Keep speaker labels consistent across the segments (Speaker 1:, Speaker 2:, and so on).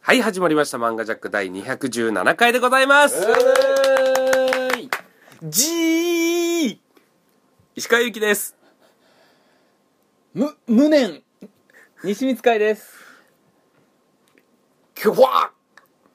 Speaker 1: はい、始まりました。漫画ジャック第217回でございます。じー石川祐希です。
Speaker 2: む、無念。西光海です。
Speaker 3: キュワ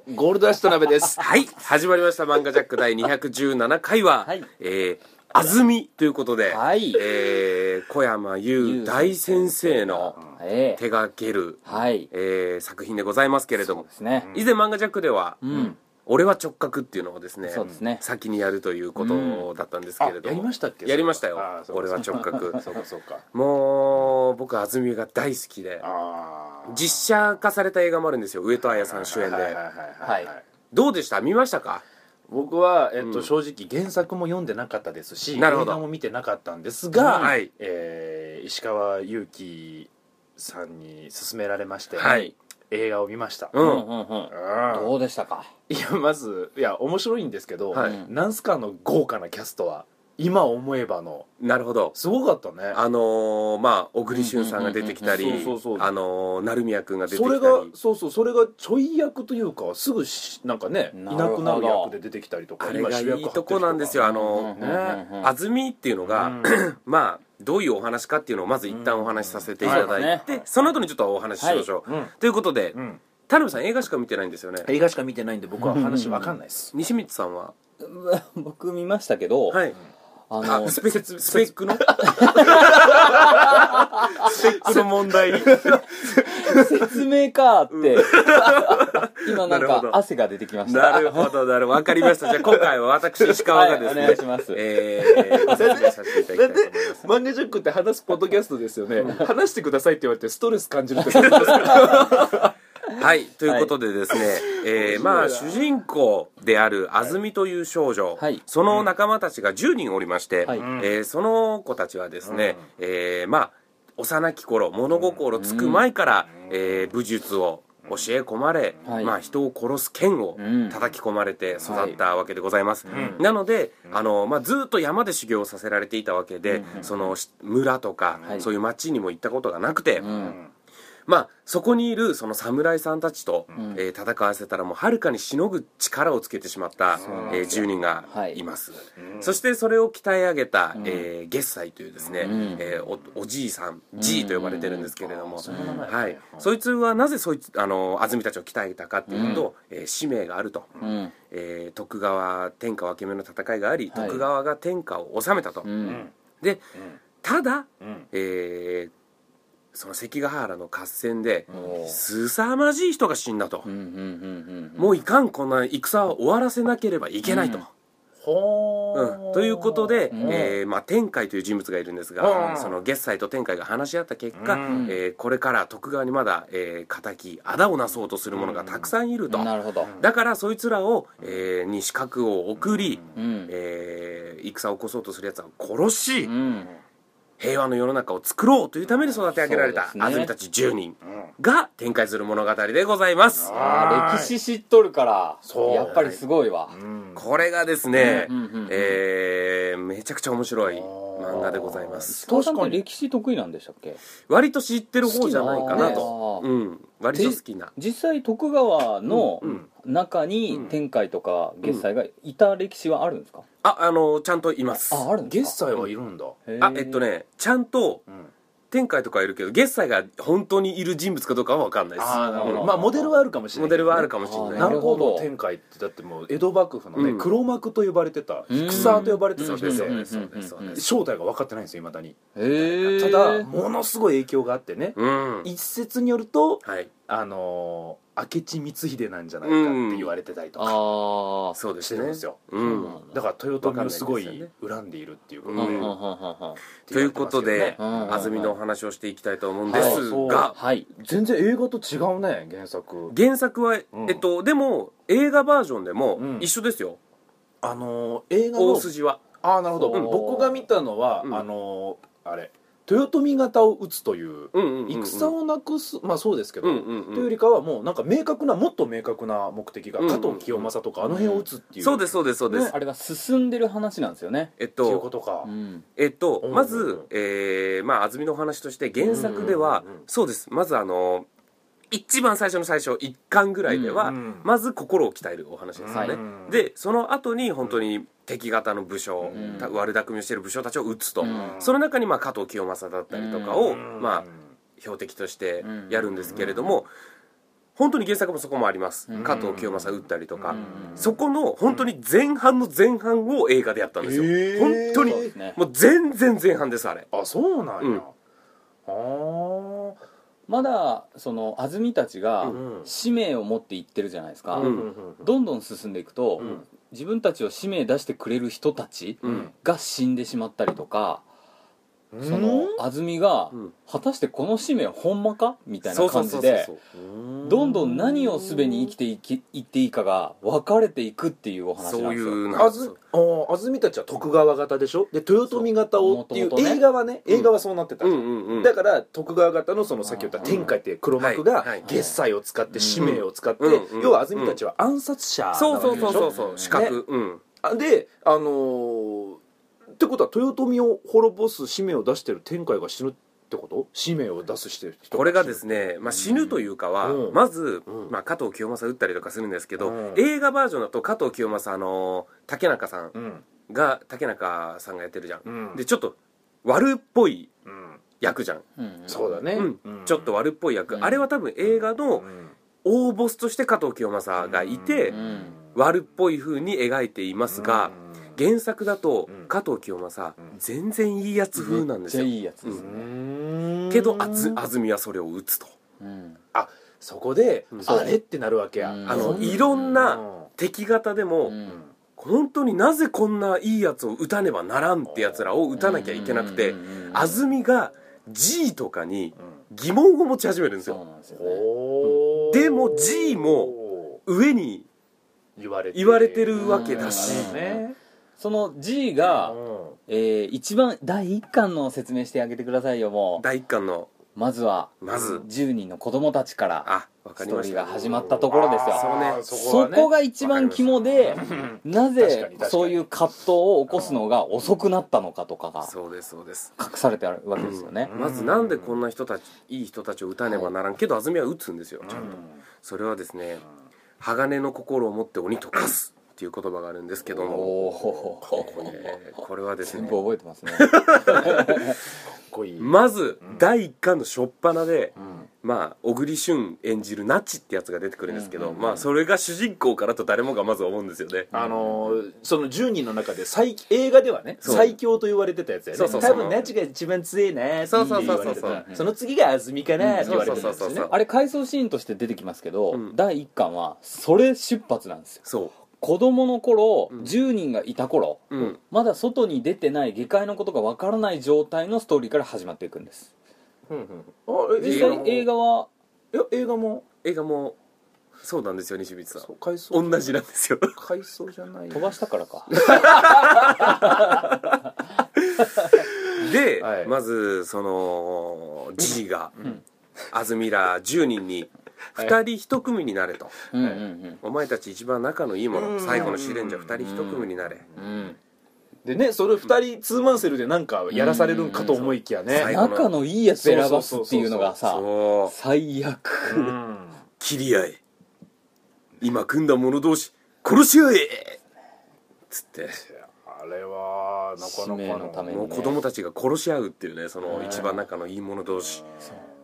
Speaker 3: ーゴールドラッシュと鍋です。
Speaker 1: はい、始まりました。漫画ジャック第217回は、
Speaker 2: はい
Speaker 1: えー、安住ということで、
Speaker 2: はい
Speaker 1: えー、小山優大先生の
Speaker 2: ええ
Speaker 1: 手掛ける、
Speaker 2: はい。
Speaker 1: えー、作品でございますけれども、
Speaker 2: ですね。
Speaker 1: 以前漫画ジャックでは、
Speaker 2: うん。
Speaker 1: 俺は直角っていうのをですね
Speaker 2: そうですね
Speaker 1: 先にやるということだったんですけれども、
Speaker 3: あやりましたっけ
Speaker 1: やりましたよ
Speaker 3: あそうか
Speaker 1: 俺は直角
Speaker 3: そうかそうか。
Speaker 1: もう僕安住が大好きで
Speaker 3: あー
Speaker 1: 実写化された映画もあるんですよ上戸彩さん主演で、
Speaker 3: はいはいはいは
Speaker 2: はいい。
Speaker 1: どうでした見ましたか
Speaker 3: 僕は、えっと、正直原作も読んでなかったですし、映
Speaker 1: なるほど
Speaker 3: 画も見てなかったんですが、
Speaker 1: はい
Speaker 3: えー石川祐希さんに勧められまして、
Speaker 1: はい
Speaker 3: 映画を見ました。
Speaker 1: うん
Speaker 2: うんうんうん。
Speaker 3: うん
Speaker 2: どうでしたか
Speaker 3: いやまずいや面白いんですけど、
Speaker 1: はい
Speaker 3: なんすかあの豪華なキャストは今思えばの
Speaker 1: なるほど
Speaker 3: すごかったね
Speaker 1: あのーまあ小栗旬さんが出てきたり
Speaker 3: うんうんうんうんそうそうそう
Speaker 1: あのー成宮君が出てき
Speaker 3: そ
Speaker 1: たり
Speaker 3: れがそうそうそれがちょい役というかすぐしなんかねい
Speaker 2: なるほ
Speaker 3: な
Speaker 2: ど
Speaker 3: くなる役で出てきたりとか
Speaker 1: あれが
Speaker 3: 主役
Speaker 1: いいとこなんですよあの
Speaker 2: うんうんうんうん
Speaker 1: 安住っていうのが、
Speaker 3: うん
Speaker 1: まあどういうお話かっていうのをまず一旦お話しさせていただいて、
Speaker 2: うんそう
Speaker 1: その後にちょっとお話ししましょう、
Speaker 3: はいうん
Speaker 1: ということで、
Speaker 3: うん
Speaker 1: 田辺さん映画しか見てないんですよね
Speaker 3: 映画しか見てないんで僕は話わかんないです
Speaker 1: 西光さんは
Speaker 2: 僕見ましたけど、
Speaker 1: はい
Speaker 2: あ
Speaker 1: あ
Speaker 2: の、
Speaker 1: スペスペックのスペックの問題
Speaker 2: 説明かって、今
Speaker 1: な
Speaker 2: な
Speaker 1: んるほ
Speaker 2: か
Speaker 1: ど
Speaker 2: 汗が出てきました。
Speaker 1: なるほどなるほど分かりましたじゃあ今回は私石川がですね、
Speaker 2: はいお願いします
Speaker 1: えー、ご説明させていただきたいと思います
Speaker 3: マンガジャックって話すポッドキャストですよね話してくださいって言われてストレス感じるってことですか
Speaker 1: はい、ということでですね、えーまあ、主人公である安住という少女、
Speaker 2: はい
Speaker 1: その仲間たちが10人おりまして、
Speaker 2: はい
Speaker 1: えーその子たちはですね、えーまあ、幼き頃、物心つく前から、えー武術を教え込まれ、
Speaker 2: はい
Speaker 1: まあ、人を殺す剣を
Speaker 2: うん
Speaker 1: 叩き込まれて育ったわけでございます。なので、あの、まあ、ずっと山で修行をさせられていたわけで、そのし村とか、
Speaker 2: はい
Speaker 1: そういう町にも行ったことがなくて、
Speaker 2: うん。
Speaker 1: まあ、そこにいるその侍さんたちと、
Speaker 2: ん
Speaker 1: えー戦わせたらもうはるかにしのぐ力をつけてしまった、えー10人が
Speaker 2: はい
Speaker 1: います、そしてそれを鍛え上げた、えー月斎というですね、
Speaker 2: ん
Speaker 1: えーおおじいさん G と呼ばれてるんですけれども、はい、
Speaker 3: そう
Speaker 1: そいつはなぜそいつあの安住たちを鍛えたかっていうと、えー使命があると、
Speaker 2: うん。
Speaker 1: えー徳川天下分け目の戦いがあり、
Speaker 2: はい
Speaker 1: 徳川が天下を治めたと、
Speaker 2: うん。
Speaker 1: でただ
Speaker 3: うん
Speaker 1: えーその関ヶ原の合戦で
Speaker 2: おー
Speaker 1: 凄まじい人が死んだと
Speaker 2: うん。う、ん。うん。うん。
Speaker 1: もういかんこんな戦は終わらせなければいけないと。
Speaker 3: ほ
Speaker 1: うん
Speaker 3: ー
Speaker 1: ということで、
Speaker 2: うん
Speaker 1: えーまあ、天海という人物がいるんですが、
Speaker 3: うん
Speaker 1: その月斎と天海が話し合った結果、
Speaker 3: うん
Speaker 1: えーこれから徳川にまだ、えー、敵仇をなそうとする者がたくさんいると、
Speaker 2: なるほど。
Speaker 1: だからそいつらを、えーに刺客を送り、
Speaker 2: うん。
Speaker 1: えー戦を起こそうとする奴は殺し、
Speaker 2: うん。
Speaker 1: 平和の世の中を作ろうというために育て上げられた
Speaker 2: そうですね
Speaker 1: 安住たち10人が展開する物語でございます
Speaker 2: あー歴史知っとるから、
Speaker 3: そう
Speaker 2: やっぱりすごいわ。
Speaker 3: うん
Speaker 1: これがですね
Speaker 2: うんうんうんうん
Speaker 1: えーめちゃくちゃ面白い漫画でございます
Speaker 2: 父さんって歴史得意なんでしたっけ
Speaker 1: 割と知ってる方じゃないかなと
Speaker 2: 好き
Speaker 1: うん割と好きな
Speaker 2: 実際徳川の中に天海とか月斎がいた歴史はあるんですか、
Speaker 1: ああのちゃんといます
Speaker 2: ああるんで
Speaker 3: 月
Speaker 2: す
Speaker 3: 祭はいるんだ
Speaker 2: か
Speaker 1: あえっとねちゃんと
Speaker 3: うん
Speaker 1: 天海とかいるけど月斎が本当にいる人物かどうかは分かんないで
Speaker 3: あーなるほ
Speaker 1: す
Speaker 3: どまあモデルはあるかもし
Speaker 1: うんモ
Speaker 3: れない
Speaker 1: デルはある
Speaker 3: か
Speaker 1: かもしれ
Speaker 2: あ
Speaker 1: な
Speaker 2: ー
Speaker 1: い
Speaker 2: な
Speaker 3: 南
Speaker 2: るほ
Speaker 3: 方
Speaker 2: ど
Speaker 3: の天海ってだってもう江戸幕府のね、
Speaker 1: うん
Speaker 3: 黒幕と呼ばれてた
Speaker 2: うん
Speaker 3: フサーと呼ばれてた
Speaker 1: そ
Speaker 3: ん
Speaker 1: う
Speaker 3: で
Speaker 1: ですす
Speaker 3: よ、
Speaker 1: そうですそうですそうです
Speaker 3: 正体が分かってないんですよいまだに、
Speaker 2: へえ
Speaker 3: ただものすごい影響があってね、
Speaker 1: うん
Speaker 3: 一説によると
Speaker 1: はい
Speaker 3: あのー明智光秀なんじゃないかって言われてたりと
Speaker 2: あ
Speaker 3: か、
Speaker 2: あ
Speaker 1: そうで
Speaker 3: して
Speaker 1: す
Speaker 3: るん
Speaker 1: ね
Speaker 3: ですよ
Speaker 1: うん
Speaker 3: だから豊臣をすご
Speaker 1: わかんない
Speaker 3: い
Speaker 1: で
Speaker 3: 恨んでいるっていうこ
Speaker 1: う
Speaker 3: と
Speaker 1: んう
Speaker 3: で、
Speaker 1: ん
Speaker 3: って言われてますよね
Speaker 1: ということで
Speaker 2: うん
Speaker 1: 安住のお話をしていきたいと思うんです
Speaker 3: は
Speaker 1: が、
Speaker 2: はい
Speaker 3: 全然映画と違うね原作
Speaker 1: 原作は、
Speaker 3: うん
Speaker 1: えっと、でも、映画バージョンでも
Speaker 3: うん
Speaker 1: 一緒ですよ。
Speaker 3: あのー映画
Speaker 1: 大
Speaker 3: の
Speaker 1: 筋は。
Speaker 3: ああなるほど、
Speaker 2: うん
Speaker 3: 僕が見たのは、
Speaker 1: うん
Speaker 3: あのーあれ豊臣方を討つという
Speaker 1: うんうんうんうん。
Speaker 3: 戦をなくすまあそうですけど、
Speaker 1: うんうんうん
Speaker 3: というよりかはもうなんか明確なもっと明確な目的が
Speaker 1: うんうん
Speaker 3: 加藤清正とかあの辺を打つっていう、
Speaker 1: そうです、そうです、そうです。
Speaker 2: あれが進んでる話なんですよね
Speaker 1: えっ、
Speaker 3: っていうこととか、
Speaker 2: うん
Speaker 1: えっと、
Speaker 3: うん
Speaker 1: まず、えー、まあ、安住のお話として、原作では
Speaker 3: うんうんうん、
Speaker 1: そうです。まず、あの、一番最初の最初一巻ぐらいでは、
Speaker 3: うんうん
Speaker 1: まず心を鍛えるお話ですよね、
Speaker 3: うん
Speaker 1: でその後に本当に敵型の武将、
Speaker 2: うん
Speaker 1: た悪巧みをしている武将たちを撃つと、
Speaker 2: うん
Speaker 1: その中にまあ加藤清正だったりとかを、
Speaker 3: うん
Speaker 1: まあ、標的としてやるんですけれども、本当に原作もそこもあります、
Speaker 2: うん
Speaker 1: 加藤清正撃ったりとか、
Speaker 2: うん
Speaker 1: そこの本当に前半の前半を映画でやったんですよ、
Speaker 3: へー
Speaker 1: 本当に
Speaker 2: そうですね
Speaker 1: もう全然前半ですあれ
Speaker 3: あそうなん
Speaker 1: う
Speaker 3: や、
Speaker 1: ん
Speaker 3: あー
Speaker 2: まだその安住たちが
Speaker 3: うん
Speaker 2: 使命を持って行ってるじゃないですか、
Speaker 1: うん
Speaker 2: どんどん進んでいくと、
Speaker 1: うん
Speaker 2: 自分たちを使命出してくれる人たち
Speaker 1: うん
Speaker 2: が死んでしまったりとか、
Speaker 3: うん
Speaker 2: その安住が、
Speaker 1: うん
Speaker 2: 果たしてこの使命ほんまかみたいな感じで
Speaker 1: そう
Speaker 2: どんどん何をすべに生きていき生っていいかが分かれていくっていうお話
Speaker 1: そ
Speaker 2: なん
Speaker 1: う
Speaker 2: で
Speaker 1: い
Speaker 2: すよ
Speaker 1: うな
Speaker 3: あ
Speaker 1: んですよ
Speaker 3: ずあー安住たちは徳川型でしょで豊臣型をっていう
Speaker 2: そう元々ね
Speaker 3: 映画はね
Speaker 1: うん
Speaker 3: 映画はそうなってた、
Speaker 1: うんうんうん
Speaker 3: だから徳川型のそのさっき言った
Speaker 2: うん
Speaker 3: 天海って黒
Speaker 1: は
Speaker 3: 幕が
Speaker 1: いはい
Speaker 3: 月祭を使って使命を使って
Speaker 1: うんうん
Speaker 3: 要は安住たちは暗殺者な
Speaker 1: そうそ
Speaker 3: わ
Speaker 1: う
Speaker 3: けでし
Speaker 1: そうそう
Speaker 3: ょ
Speaker 1: そう
Speaker 2: ね
Speaker 1: 資格うん
Speaker 3: あであのーってことは豊臣を滅ぼす使命を出してる天海が死ぬってこと使命を出すしてる人
Speaker 1: これがですね、まあ、死ぬというかは、
Speaker 3: うん
Speaker 1: まず、
Speaker 3: うん
Speaker 1: まあ、加藤清正打ったりとかするんですけど、
Speaker 3: うん
Speaker 1: 映画バージョンだと加藤清正あの竹中さん
Speaker 3: うん
Speaker 1: が竹中さんがやってるじゃん、
Speaker 3: うん
Speaker 1: でちょっと悪っぽい
Speaker 3: うん
Speaker 1: 役じゃん、
Speaker 2: うん
Speaker 3: そうだね、
Speaker 1: うんちょっと悪っぽい役、
Speaker 2: うん
Speaker 1: あれは多分映画の
Speaker 3: うん
Speaker 1: 大ボスとして加藤清正がいて、
Speaker 2: うん
Speaker 1: 悪っぽい風に描いていますが、原作だと
Speaker 3: うん
Speaker 1: 加藤清正、
Speaker 3: うん
Speaker 1: 全然いいやつ風なんですよ
Speaker 2: めっちゃいいやつですね、
Speaker 3: うん
Speaker 1: けどあず安住はそれを打つと
Speaker 2: うん
Speaker 3: そこで、
Speaker 1: うん
Speaker 3: あれってなるわけや、
Speaker 2: うん
Speaker 1: あ
Speaker 2: う
Speaker 1: の
Speaker 2: ん
Speaker 1: いろんな敵型でも、
Speaker 2: うん
Speaker 1: 本当になぜこんないいやつを打たねばならんってやつらを打たなきゃいけなくて、
Speaker 2: うんうんうん
Speaker 1: 安住が G とかに
Speaker 3: うん
Speaker 1: 疑問を持ち始めるんです
Speaker 2: そう
Speaker 1: よ
Speaker 2: なんですよね
Speaker 3: おー
Speaker 1: でも G も上に
Speaker 3: 言われ
Speaker 1: 言われてるわけだし
Speaker 3: うんね
Speaker 2: その G が、えー一番第一巻の説明してあげてくださいよも
Speaker 1: 第一巻の
Speaker 2: うまずは
Speaker 1: まず
Speaker 2: 10人の子供たちから
Speaker 1: あわか
Speaker 2: ス
Speaker 1: り
Speaker 2: トー
Speaker 1: ま
Speaker 2: リ
Speaker 1: し
Speaker 2: ー
Speaker 1: た
Speaker 2: が始まったところですよ
Speaker 1: あー
Speaker 3: そ
Speaker 2: そこが一番肝でな
Speaker 3: 確かに
Speaker 2: ぜ
Speaker 3: 確かに
Speaker 2: そういう葛藤を起こすのが遅くなったのかとかが
Speaker 1: そうですそうです
Speaker 2: 隠されてあるわけですよね
Speaker 1: うんまずなんでこんな人たちいい人たちを打たねばならんけど安住は打つんですよちゃんとそれはですね鋼の心を持って鬼と化すっていう言葉があるんですけど
Speaker 2: お
Speaker 1: も
Speaker 2: おー
Speaker 1: えーこれはです
Speaker 2: 全
Speaker 1: ね
Speaker 2: 部覚えてますね
Speaker 3: こいい、
Speaker 1: まず
Speaker 3: うん
Speaker 1: 第一巻の初っ端で
Speaker 3: うん
Speaker 1: まあ小栗旬演じるナチってやつが出てくるんですけ
Speaker 2: う
Speaker 1: ど
Speaker 2: んうん
Speaker 1: まあそれが主人公からと誰もがまず思うんですよね
Speaker 3: あのーその10人の中で最映画ではね
Speaker 1: そう
Speaker 3: 最強と言われてたやつやね
Speaker 1: そうそうそう
Speaker 3: 多分ナチが一番強いなって
Speaker 1: そ
Speaker 3: 言
Speaker 1: うそうそう
Speaker 3: わ
Speaker 1: そ
Speaker 3: れ
Speaker 1: う
Speaker 3: て
Speaker 1: そ
Speaker 3: た
Speaker 1: う
Speaker 2: うん
Speaker 3: その次が安住かなって言われてたんです
Speaker 1: そう
Speaker 3: よ
Speaker 1: そうそう
Speaker 3: ね
Speaker 2: あれ回想シーンとして出てきますけど、
Speaker 1: うん
Speaker 2: 第1巻はそれ出発なんですよ
Speaker 1: そ
Speaker 2: 子供の頃、
Speaker 1: うん
Speaker 2: 10人がいた頃、
Speaker 1: ううん
Speaker 2: まだ外に出てない下界のことがわからない状態のストーリーから始まっていくんです
Speaker 3: あえ
Speaker 1: 映
Speaker 2: 実
Speaker 1: 画も
Speaker 2: 際映画はい
Speaker 3: や映画も
Speaker 1: 映画もそうなんですよ西光さん
Speaker 3: そう回想
Speaker 1: 同じなんですよ
Speaker 3: 回想じゃない
Speaker 2: 飛ばしたからか
Speaker 1: で、
Speaker 3: はい
Speaker 1: まずその G が
Speaker 2: ん
Speaker 1: 安住ら10人に
Speaker 3: はい
Speaker 1: 2人1組になれと、
Speaker 2: うんうん
Speaker 1: お前たち一番仲のいいも
Speaker 3: う
Speaker 1: の
Speaker 3: ん
Speaker 1: 最後の試練じゃ2人1組になれ
Speaker 2: うんうん
Speaker 3: でねそれ2人ツーマンセルでなんかやらされるんかと思いきや
Speaker 1: うん最
Speaker 3: ね
Speaker 1: 後
Speaker 2: 仲のいいやつ選ばすっていうのがさ
Speaker 1: そう
Speaker 2: 最悪
Speaker 3: うん
Speaker 1: 切り合え今組んだ者同士殺し合えつって
Speaker 3: あれはなか
Speaker 2: 使命
Speaker 3: なか
Speaker 2: のために
Speaker 1: もう子供たちが殺し合うっていうねその一番仲のいい者同士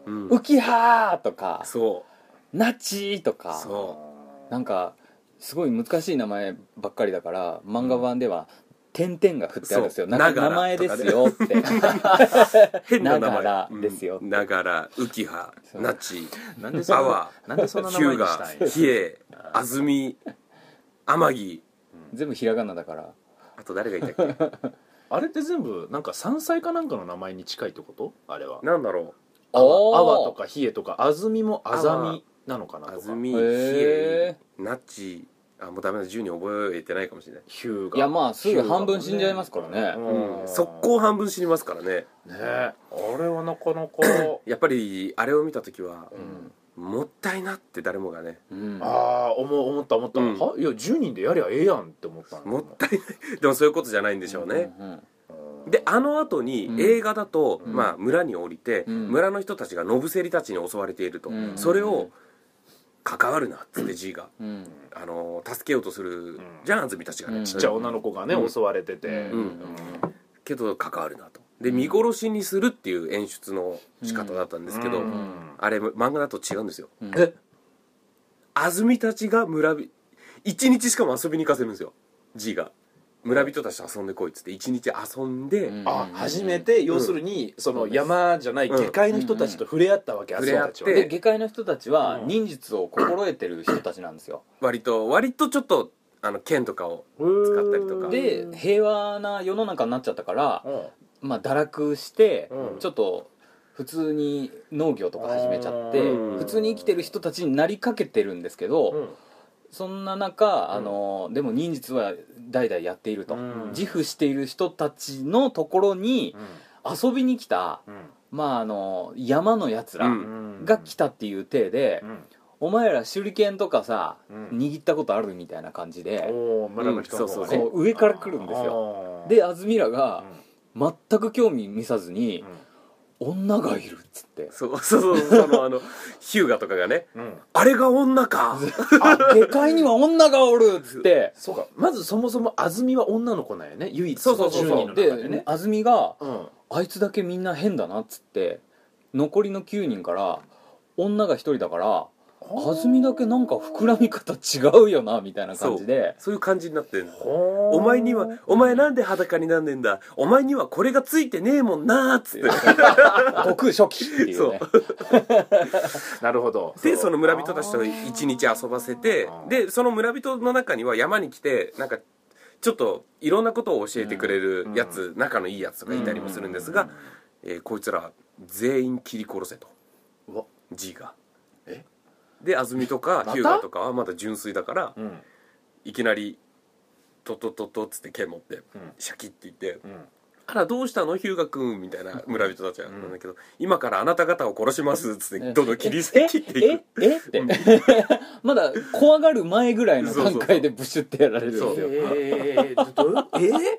Speaker 1: うん
Speaker 2: ウキハーとか
Speaker 1: そ
Speaker 2: ナチーと
Speaker 1: う
Speaker 2: か
Speaker 1: そ
Speaker 2: なんかすごい難しい名前ばっかりだから漫画版では点々が振ってあるんですよ
Speaker 1: そう
Speaker 2: なんか
Speaker 1: ながら
Speaker 2: 名前ですよっ て
Speaker 1: う変な名前
Speaker 2: ながらですよ
Speaker 1: うんながらウキハ
Speaker 2: そう
Speaker 1: ナチ
Speaker 3: なんでそん
Speaker 1: バ
Speaker 3: な
Speaker 1: ワー
Speaker 3: なんでそんな名
Speaker 1: ヒュ
Speaker 3: 前
Speaker 1: ー
Speaker 3: にし
Speaker 1: ガ
Speaker 3: たんや
Speaker 1: ヒエ安住天城
Speaker 2: 全部ひらがなだから
Speaker 1: あと誰がいたっけ
Speaker 3: あれって全部なんか山菜かなんかの名前に近いってことあれは
Speaker 1: なんだろ
Speaker 3: あわあわと
Speaker 2: か
Speaker 3: かひえとかあずみもあざみなのか
Speaker 1: う
Speaker 3: なとか
Speaker 1: 安住ヒ
Speaker 2: へ
Speaker 1: エナチあもうダメだ10人覚えてないかもしれない
Speaker 3: ヒューガ
Speaker 2: いやまあすぐ半分死んじゃいますからね
Speaker 1: うん速攻半分死にますからね
Speaker 3: ねあれはなかなか
Speaker 1: やっぱりあれを見た時は
Speaker 3: う、ん
Speaker 1: もったいなって誰もがね
Speaker 2: うん
Speaker 3: ああ思う思った思った、
Speaker 1: うん
Speaker 3: はいや10人でやりゃええやんって思ったの
Speaker 1: もったいないでもそういうことじゃないんでしょうね、
Speaker 2: うんうん
Speaker 3: うん
Speaker 1: であの後に
Speaker 2: うん
Speaker 1: 映画だと、
Speaker 2: うん
Speaker 1: まあ、村に降りて、
Speaker 2: うん
Speaker 1: 村の人たちが野伏せりたちに襲われていると、
Speaker 2: うん
Speaker 1: それを「関わるな」っつって G が、
Speaker 2: うん
Speaker 1: あの助けようとするじゃん安住たちがね、
Speaker 2: うん
Speaker 3: ちっちゃい女の子がね、
Speaker 1: うん
Speaker 3: 襲われてて、
Speaker 2: うん
Speaker 1: けど関わるなとで見殺しにするっていう演出の仕方だったんですけど、
Speaker 3: うん
Speaker 1: あれ漫画だと違うんですよ
Speaker 2: うん
Speaker 3: え
Speaker 1: 安住たちが村び一日しかも遊びに行かせるんですよ G が村人たちと遊んでこいっつって一日遊んで、
Speaker 2: うん
Speaker 3: あ初めて要するにその山じゃない
Speaker 1: うん
Speaker 3: 下界の人たちと触れ合ったわけ、
Speaker 1: うん
Speaker 3: あそこたちは
Speaker 1: 触れ合
Speaker 2: で
Speaker 1: っ
Speaker 3: ね
Speaker 2: 下界の人たちは
Speaker 3: うん
Speaker 2: 忍術を心得てる人たちなんですよ
Speaker 1: 割と割とちょっとあの剣とかを使ったりとか
Speaker 2: で平和な世の中になっちゃったから
Speaker 3: う、ん
Speaker 2: まあ、堕落して
Speaker 3: うん
Speaker 2: ちょっと普通に農業とか始めちゃって
Speaker 1: うん
Speaker 2: 普通に生きてる人たちになりかけてるんですけど、
Speaker 3: うん
Speaker 2: そんな中あのでも忍術は代々やっていると、
Speaker 3: うん
Speaker 2: 自負している人たちのところに遊びに来た、まあ、あの山のやつ
Speaker 1: う
Speaker 2: ら
Speaker 1: ん
Speaker 2: が来たっていう体で、
Speaker 3: うん
Speaker 2: お前ら手裏剣とかさ、
Speaker 3: うん
Speaker 2: 握ったことあるみたいな感じで、
Speaker 3: おー村の人の方がね、
Speaker 1: うん
Speaker 2: そうそう上から来るんです
Speaker 3: よ
Speaker 2: で安住らが
Speaker 3: うん
Speaker 2: 全く興味見さずに、女がいるっつって
Speaker 1: そうそうそうそのあ のヒューガとかがね
Speaker 3: うん
Speaker 1: あれが女か
Speaker 2: あ下界には女がおるっつって
Speaker 3: そうかまずそもそも安住は女の子なんやね唯一
Speaker 1: そうそうそう
Speaker 3: 10
Speaker 1: そう
Speaker 3: 人の中で
Speaker 2: で
Speaker 3: ね
Speaker 2: 安住が
Speaker 3: うん
Speaker 2: あいつだけみんな変だなっつって残りの9人から女が1人だから安住だけなんか膨らみ方違うよなみたいな感じで
Speaker 1: そういう感じになってんの
Speaker 3: お
Speaker 1: お前にはお前なんで裸になんねんだお前にはこれがついてねえもんなーっつって
Speaker 2: 悟空初期っていうね
Speaker 3: なるほど
Speaker 1: でその村人たちと一日遊ばせて
Speaker 3: あー
Speaker 1: でその村人の中には山に来てなんかちょっといろんなことを教えてくれるやつ、仲のいいやつとかいたりもするんですが、えーこいつら全員切り殺せと
Speaker 3: うわ
Speaker 1: G が
Speaker 3: え
Speaker 1: で安住とか
Speaker 3: また
Speaker 1: 日向とかはまだ純粋だから
Speaker 3: うん
Speaker 1: いきなりトトトトっつって剣持って
Speaker 3: うん
Speaker 1: シャキっていって
Speaker 3: うん
Speaker 1: あらどうしたの日向くんみたいな村人たちなんだけど、今からあなた方を殺しますっつってどんどん切り切
Speaker 2: え
Speaker 1: ってい
Speaker 2: え
Speaker 1: く
Speaker 2: えってまだ怖がる前ぐらいの段階でブシュってやられるん
Speaker 1: そう
Speaker 2: ですよ
Speaker 3: えーどういうえー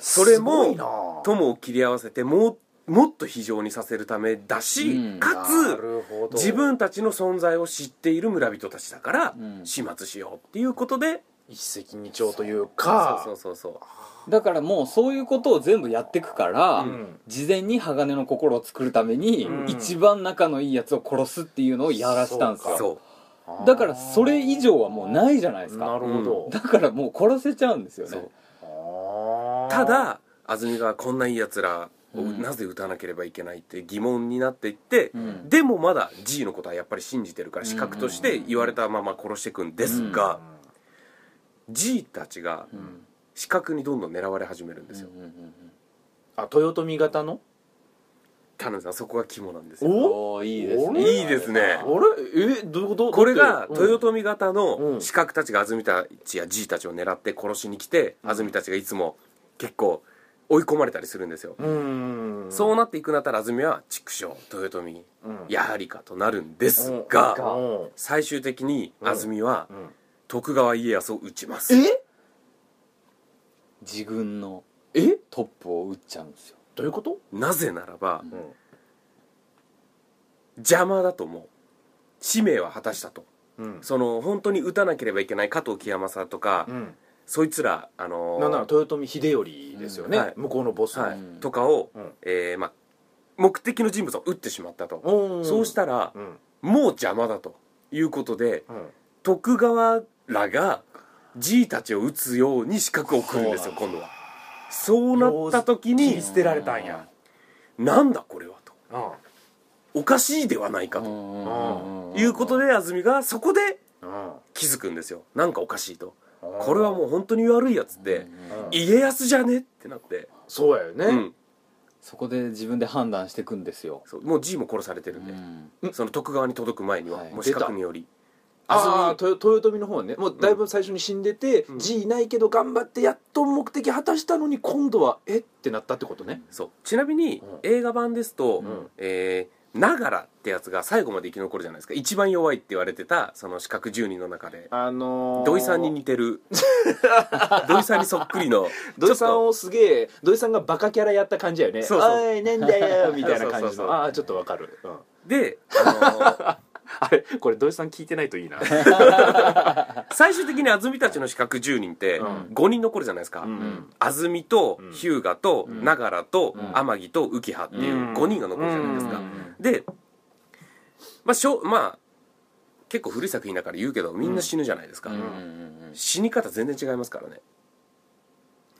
Speaker 1: それも
Speaker 3: すごいな
Speaker 1: 友を切り合わせてもうもっと非情にさせるためだし、
Speaker 2: うん
Speaker 1: か
Speaker 3: な
Speaker 1: つ
Speaker 3: るほど
Speaker 1: 自分たちの存在を知っている村人たちだから、
Speaker 2: うん
Speaker 1: 始末しようっていうことで
Speaker 3: 一石二鳥というか
Speaker 1: そうそうそう
Speaker 2: だからもうそういうことを全部やってくから、
Speaker 3: うん
Speaker 2: 事前に鋼の心を作るために、
Speaker 3: うん
Speaker 2: 一番仲のいいやつを殺すっていうのをやらせたんです
Speaker 1: そう
Speaker 2: よ
Speaker 1: そう
Speaker 3: あー
Speaker 2: だからそれ以上はもうないじゃないです
Speaker 3: な
Speaker 2: か
Speaker 3: るほど
Speaker 2: だからもう殺せちゃうんですよ
Speaker 1: そ
Speaker 2: ね
Speaker 1: う
Speaker 3: あー
Speaker 1: ただ安住がこんないいやつらを
Speaker 2: うん
Speaker 1: なぜ撃たなければいけないって疑問になっていって、
Speaker 2: うん
Speaker 1: でもまだ G のことはやっぱり信じてるから資格として言われたまま殺していくんですが、G たちが
Speaker 2: うん
Speaker 1: 資格にどんどん狙われ始めるんですよ、
Speaker 2: うんうんうん
Speaker 3: あ豊臣型の
Speaker 1: 田辺さんそこが肝なんですよ
Speaker 3: お
Speaker 2: おーいいです
Speaker 1: お
Speaker 2: ね
Speaker 1: いいですね
Speaker 3: あれえどういうこと
Speaker 1: これが
Speaker 3: だって
Speaker 1: 豊臣方
Speaker 3: う
Speaker 1: の
Speaker 3: ん
Speaker 1: 刺客たちが安住たちや G たちを狙って殺しに来て安住たちがいつも結構追い込まれたりするんですよ、
Speaker 3: うんうん
Speaker 1: そうなっていくなったら安住は畜生豊臣
Speaker 3: うん
Speaker 1: やはりかとなるんです
Speaker 3: う
Speaker 1: が
Speaker 3: ん
Speaker 1: 最終的に安住は
Speaker 3: うん
Speaker 1: 徳川家康を討ちます
Speaker 3: え
Speaker 2: 自軍の
Speaker 3: え
Speaker 2: トップを撃っちゃうんですよ
Speaker 3: どういうこと
Speaker 1: なぜならば
Speaker 2: うん
Speaker 1: 邪魔だと思う使命は果たしたと
Speaker 3: うん
Speaker 1: その本当に撃たなければいけない加藤清正とか
Speaker 3: うん
Speaker 1: そいつらあのー
Speaker 3: なんなら豊臣秀頼ですよね、
Speaker 1: うんはい
Speaker 3: 向こうのボスの、
Speaker 1: はい
Speaker 2: うん
Speaker 1: とかを、
Speaker 3: うん
Speaker 1: えーまあ、目的の人物を撃ってしまったと、
Speaker 3: おー
Speaker 1: そうしたら、
Speaker 3: うん
Speaker 1: もう邪魔だということで
Speaker 3: うん
Speaker 1: 徳川らが G たちを撃つように資格を送るんですよ
Speaker 2: そう
Speaker 1: 今度はそうなった時
Speaker 3: 切
Speaker 1: に
Speaker 3: り捨てられたんや、
Speaker 1: なんだこれはと
Speaker 3: うんうん
Speaker 1: おかしいではないかと
Speaker 2: んんんん
Speaker 1: いうことで安住がそこで
Speaker 3: うん
Speaker 1: 気づくんですよなんかおかしいとこれはもう本当に悪いやつで
Speaker 2: うん
Speaker 3: うん
Speaker 1: 家康じゃねってなって、
Speaker 3: そうやよね、
Speaker 1: うん、
Speaker 2: そこで自分で判断していくんですよ、
Speaker 1: そうもう G も殺されてるんで、
Speaker 2: うん
Speaker 1: その徳川に届く前には、
Speaker 2: はい
Speaker 1: もう資格により
Speaker 3: ああ豊豊臣の方はねもうだいぶ最初に死んでて、
Speaker 1: うん
Speaker 3: G いないけど頑張ってやっと目的果たしたのに今度はえってなったってことね、
Speaker 1: そうちなみに
Speaker 3: うん
Speaker 1: 映画版ですと、
Speaker 3: うん
Speaker 1: えーながらってやつが最後まで生き残るじゃないですか一番弱いって言われてたその四角10人の中で
Speaker 3: あのー、
Speaker 1: 土井さんに似て る土井さんにそっくりの
Speaker 3: 土井さ
Speaker 1: ち
Speaker 3: ん
Speaker 1: ょっ
Speaker 3: をすげえ土井さんがバカキャラやった感じだよね
Speaker 1: そうそう
Speaker 3: おいなんだ よみたいな感じの
Speaker 1: そうそうそう
Speaker 3: ああちょっとわかる、うん
Speaker 1: とで、あのー
Speaker 3: あれこれ土井さん聞いてないといいな
Speaker 1: 最終的に安住たちの四角10人って
Speaker 3: うん
Speaker 1: 5人残るじゃないですか、
Speaker 3: うん
Speaker 1: 安住と
Speaker 3: うん
Speaker 1: 日向と
Speaker 2: うん
Speaker 1: 長良と
Speaker 2: うん
Speaker 1: 天城と浮葉っていう
Speaker 3: うん
Speaker 1: 5人が残るじゃないですか、
Speaker 3: うん
Speaker 1: でまあしょまあ結構古い作品だから言うけどみんな死ぬじゃないですか、
Speaker 2: うんうんうん
Speaker 1: 死に方全然違いますからね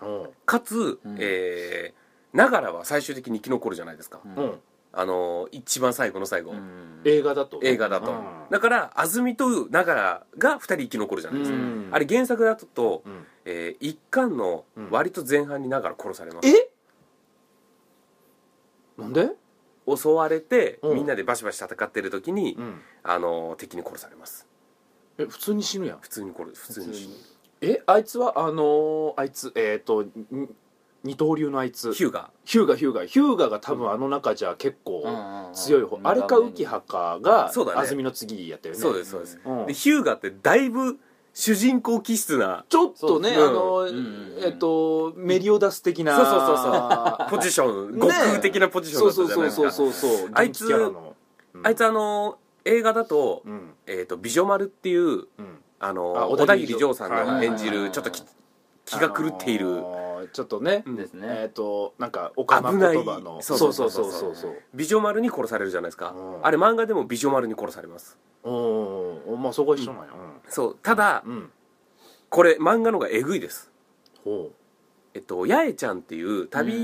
Speaker 3: うん
Speaker 1: かつ、
Speaker 2: うん
Speaker 1: えー、長良は最終的に生き残るじゃないですか、
Speaker 2: うん
Speaker 3: うん
Speaker 1: あのー一番最後の最後、
Speaker 2: うん
Speaker 3: 映画だと
Speaker 1: 映画だと、
Speaker 3: うん
Speaker 1: だから安住と長良が2人生き残るじゃないですか、
Speaker 3: うん
Speaker 1: あれ原作だと、
Speaker 3: うん
Speaker 1: えー一巻の割と前半に長良殺されます、
Speaker 3: えなんで、
Speaker 1: 襲われて、
Speaker 3: うん
Speaker 1: みんなでバシバシ戦ってる時に、
Speaker 3: ん、
Speaker 1: あのー敵に殺されます
Speaker 3: え普通に死ぬやん
Speaker 1: 普通に殺普通に死ぬ
Speaker 3: えあいつはあのーあいつえっ、とに二刀流のあいつ
Speaker 1: ヒューが
Speaker 3: ヒューガヒューガヒューガが多分あの中じゃ結構強い方、あれかウキハかが
Speaker 1: そうだね
Speaker 3: 安住の次やったよね
Speaker 1: そうですそうです、
Speaker 3: うん
Speaker 1: でヒューガってだいぶ主人公気質な
Speaker 3: ちょっとね、
Speaker 1: そう
Speaker 3: あの、
Speaker 2: うんうんうん
Speaker 3: えっとメリオダス的な、
Speaker 1: そうそうそうポジション
Speaker 3: ね
Speaker 1: 悟空的なポジションだったじゃないですか
Speaker 3: そうそうそうそうそう
Speaker 1: あいつ
Speaker 3: 元気キャラのうん
Speaker 1: あいつあのー映画だと,、
Speaker 3: うん
Speaker 1: えー、と美女丸っていう
Speaker 3: うん
Speaker 1: あのー
Speaker 3: あ
Speaker 1: 小
Speaker 3: 小
Speaker 1: 田
Speaker 3: 田
Speaker 1: 切
Speaker 3: 切
Speaker 1: 丈さん
Speaker 3: はいはい
Speaker 1: の
Speaker 3: はい
Speaker 1: 演じるちょっとき気が狂っている、
Speaker 3: あのーちょっとね、
Speaker 1: うん
Speaker 2: ですね
Speaker 3: えっ、となんかおかま言葉の
Speaker 1: 危ない
Speaker 3: そうそうそうそうそうそう
Speaker 1: 美女丸に殺されるじゃないですか、
Speaker 3: うん
Speaker 1: あれ漫画でも美女丸に殺されます
Speaker 3: おーまあそこは一緒なんや
Speaker 1: そうただ、
Speaker 3: うん、うん、
Speaker 1: これ漫画の方がえぐいです
Speaker 3: ほ
Speaker 1: えっと、八重ちゃんっていう旅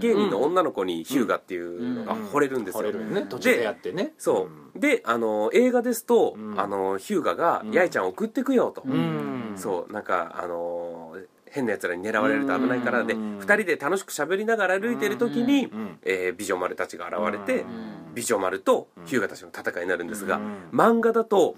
Speaker 1: 芸人の女の子にヒューガっていうのが惚れるん
Speaker 3: う
Speaker 1: です
Speaker 3: 惚
Speaker 1: よ、
Speaker 3: れるよね途中でやってね
Speaker 1: そう、
Speaker 3: ん
Speaker 1: であの映画ですと、
Speaker 3: うん
Speaker 1: あのヒューガが「
Speaker 3: うん
Speaker 1: 八重ちゃん送ってくよ」と、
Speaker 3: うん
Speaker 1: そうなんかあの変なやつらに狙われると危ないからで、
Speaker 3: うん
Speaker 1: 2人で楽しく喋りながら歩いてる時に、
Speaker 3: うん
Speaker 1: えー美女丸たちが現れて、
Speaker 2: うん
Speaker 1: 美女丸とヒューガたちの戦いになるんですが、
Speaker 3: うん
Speaker 1: 漫画だと、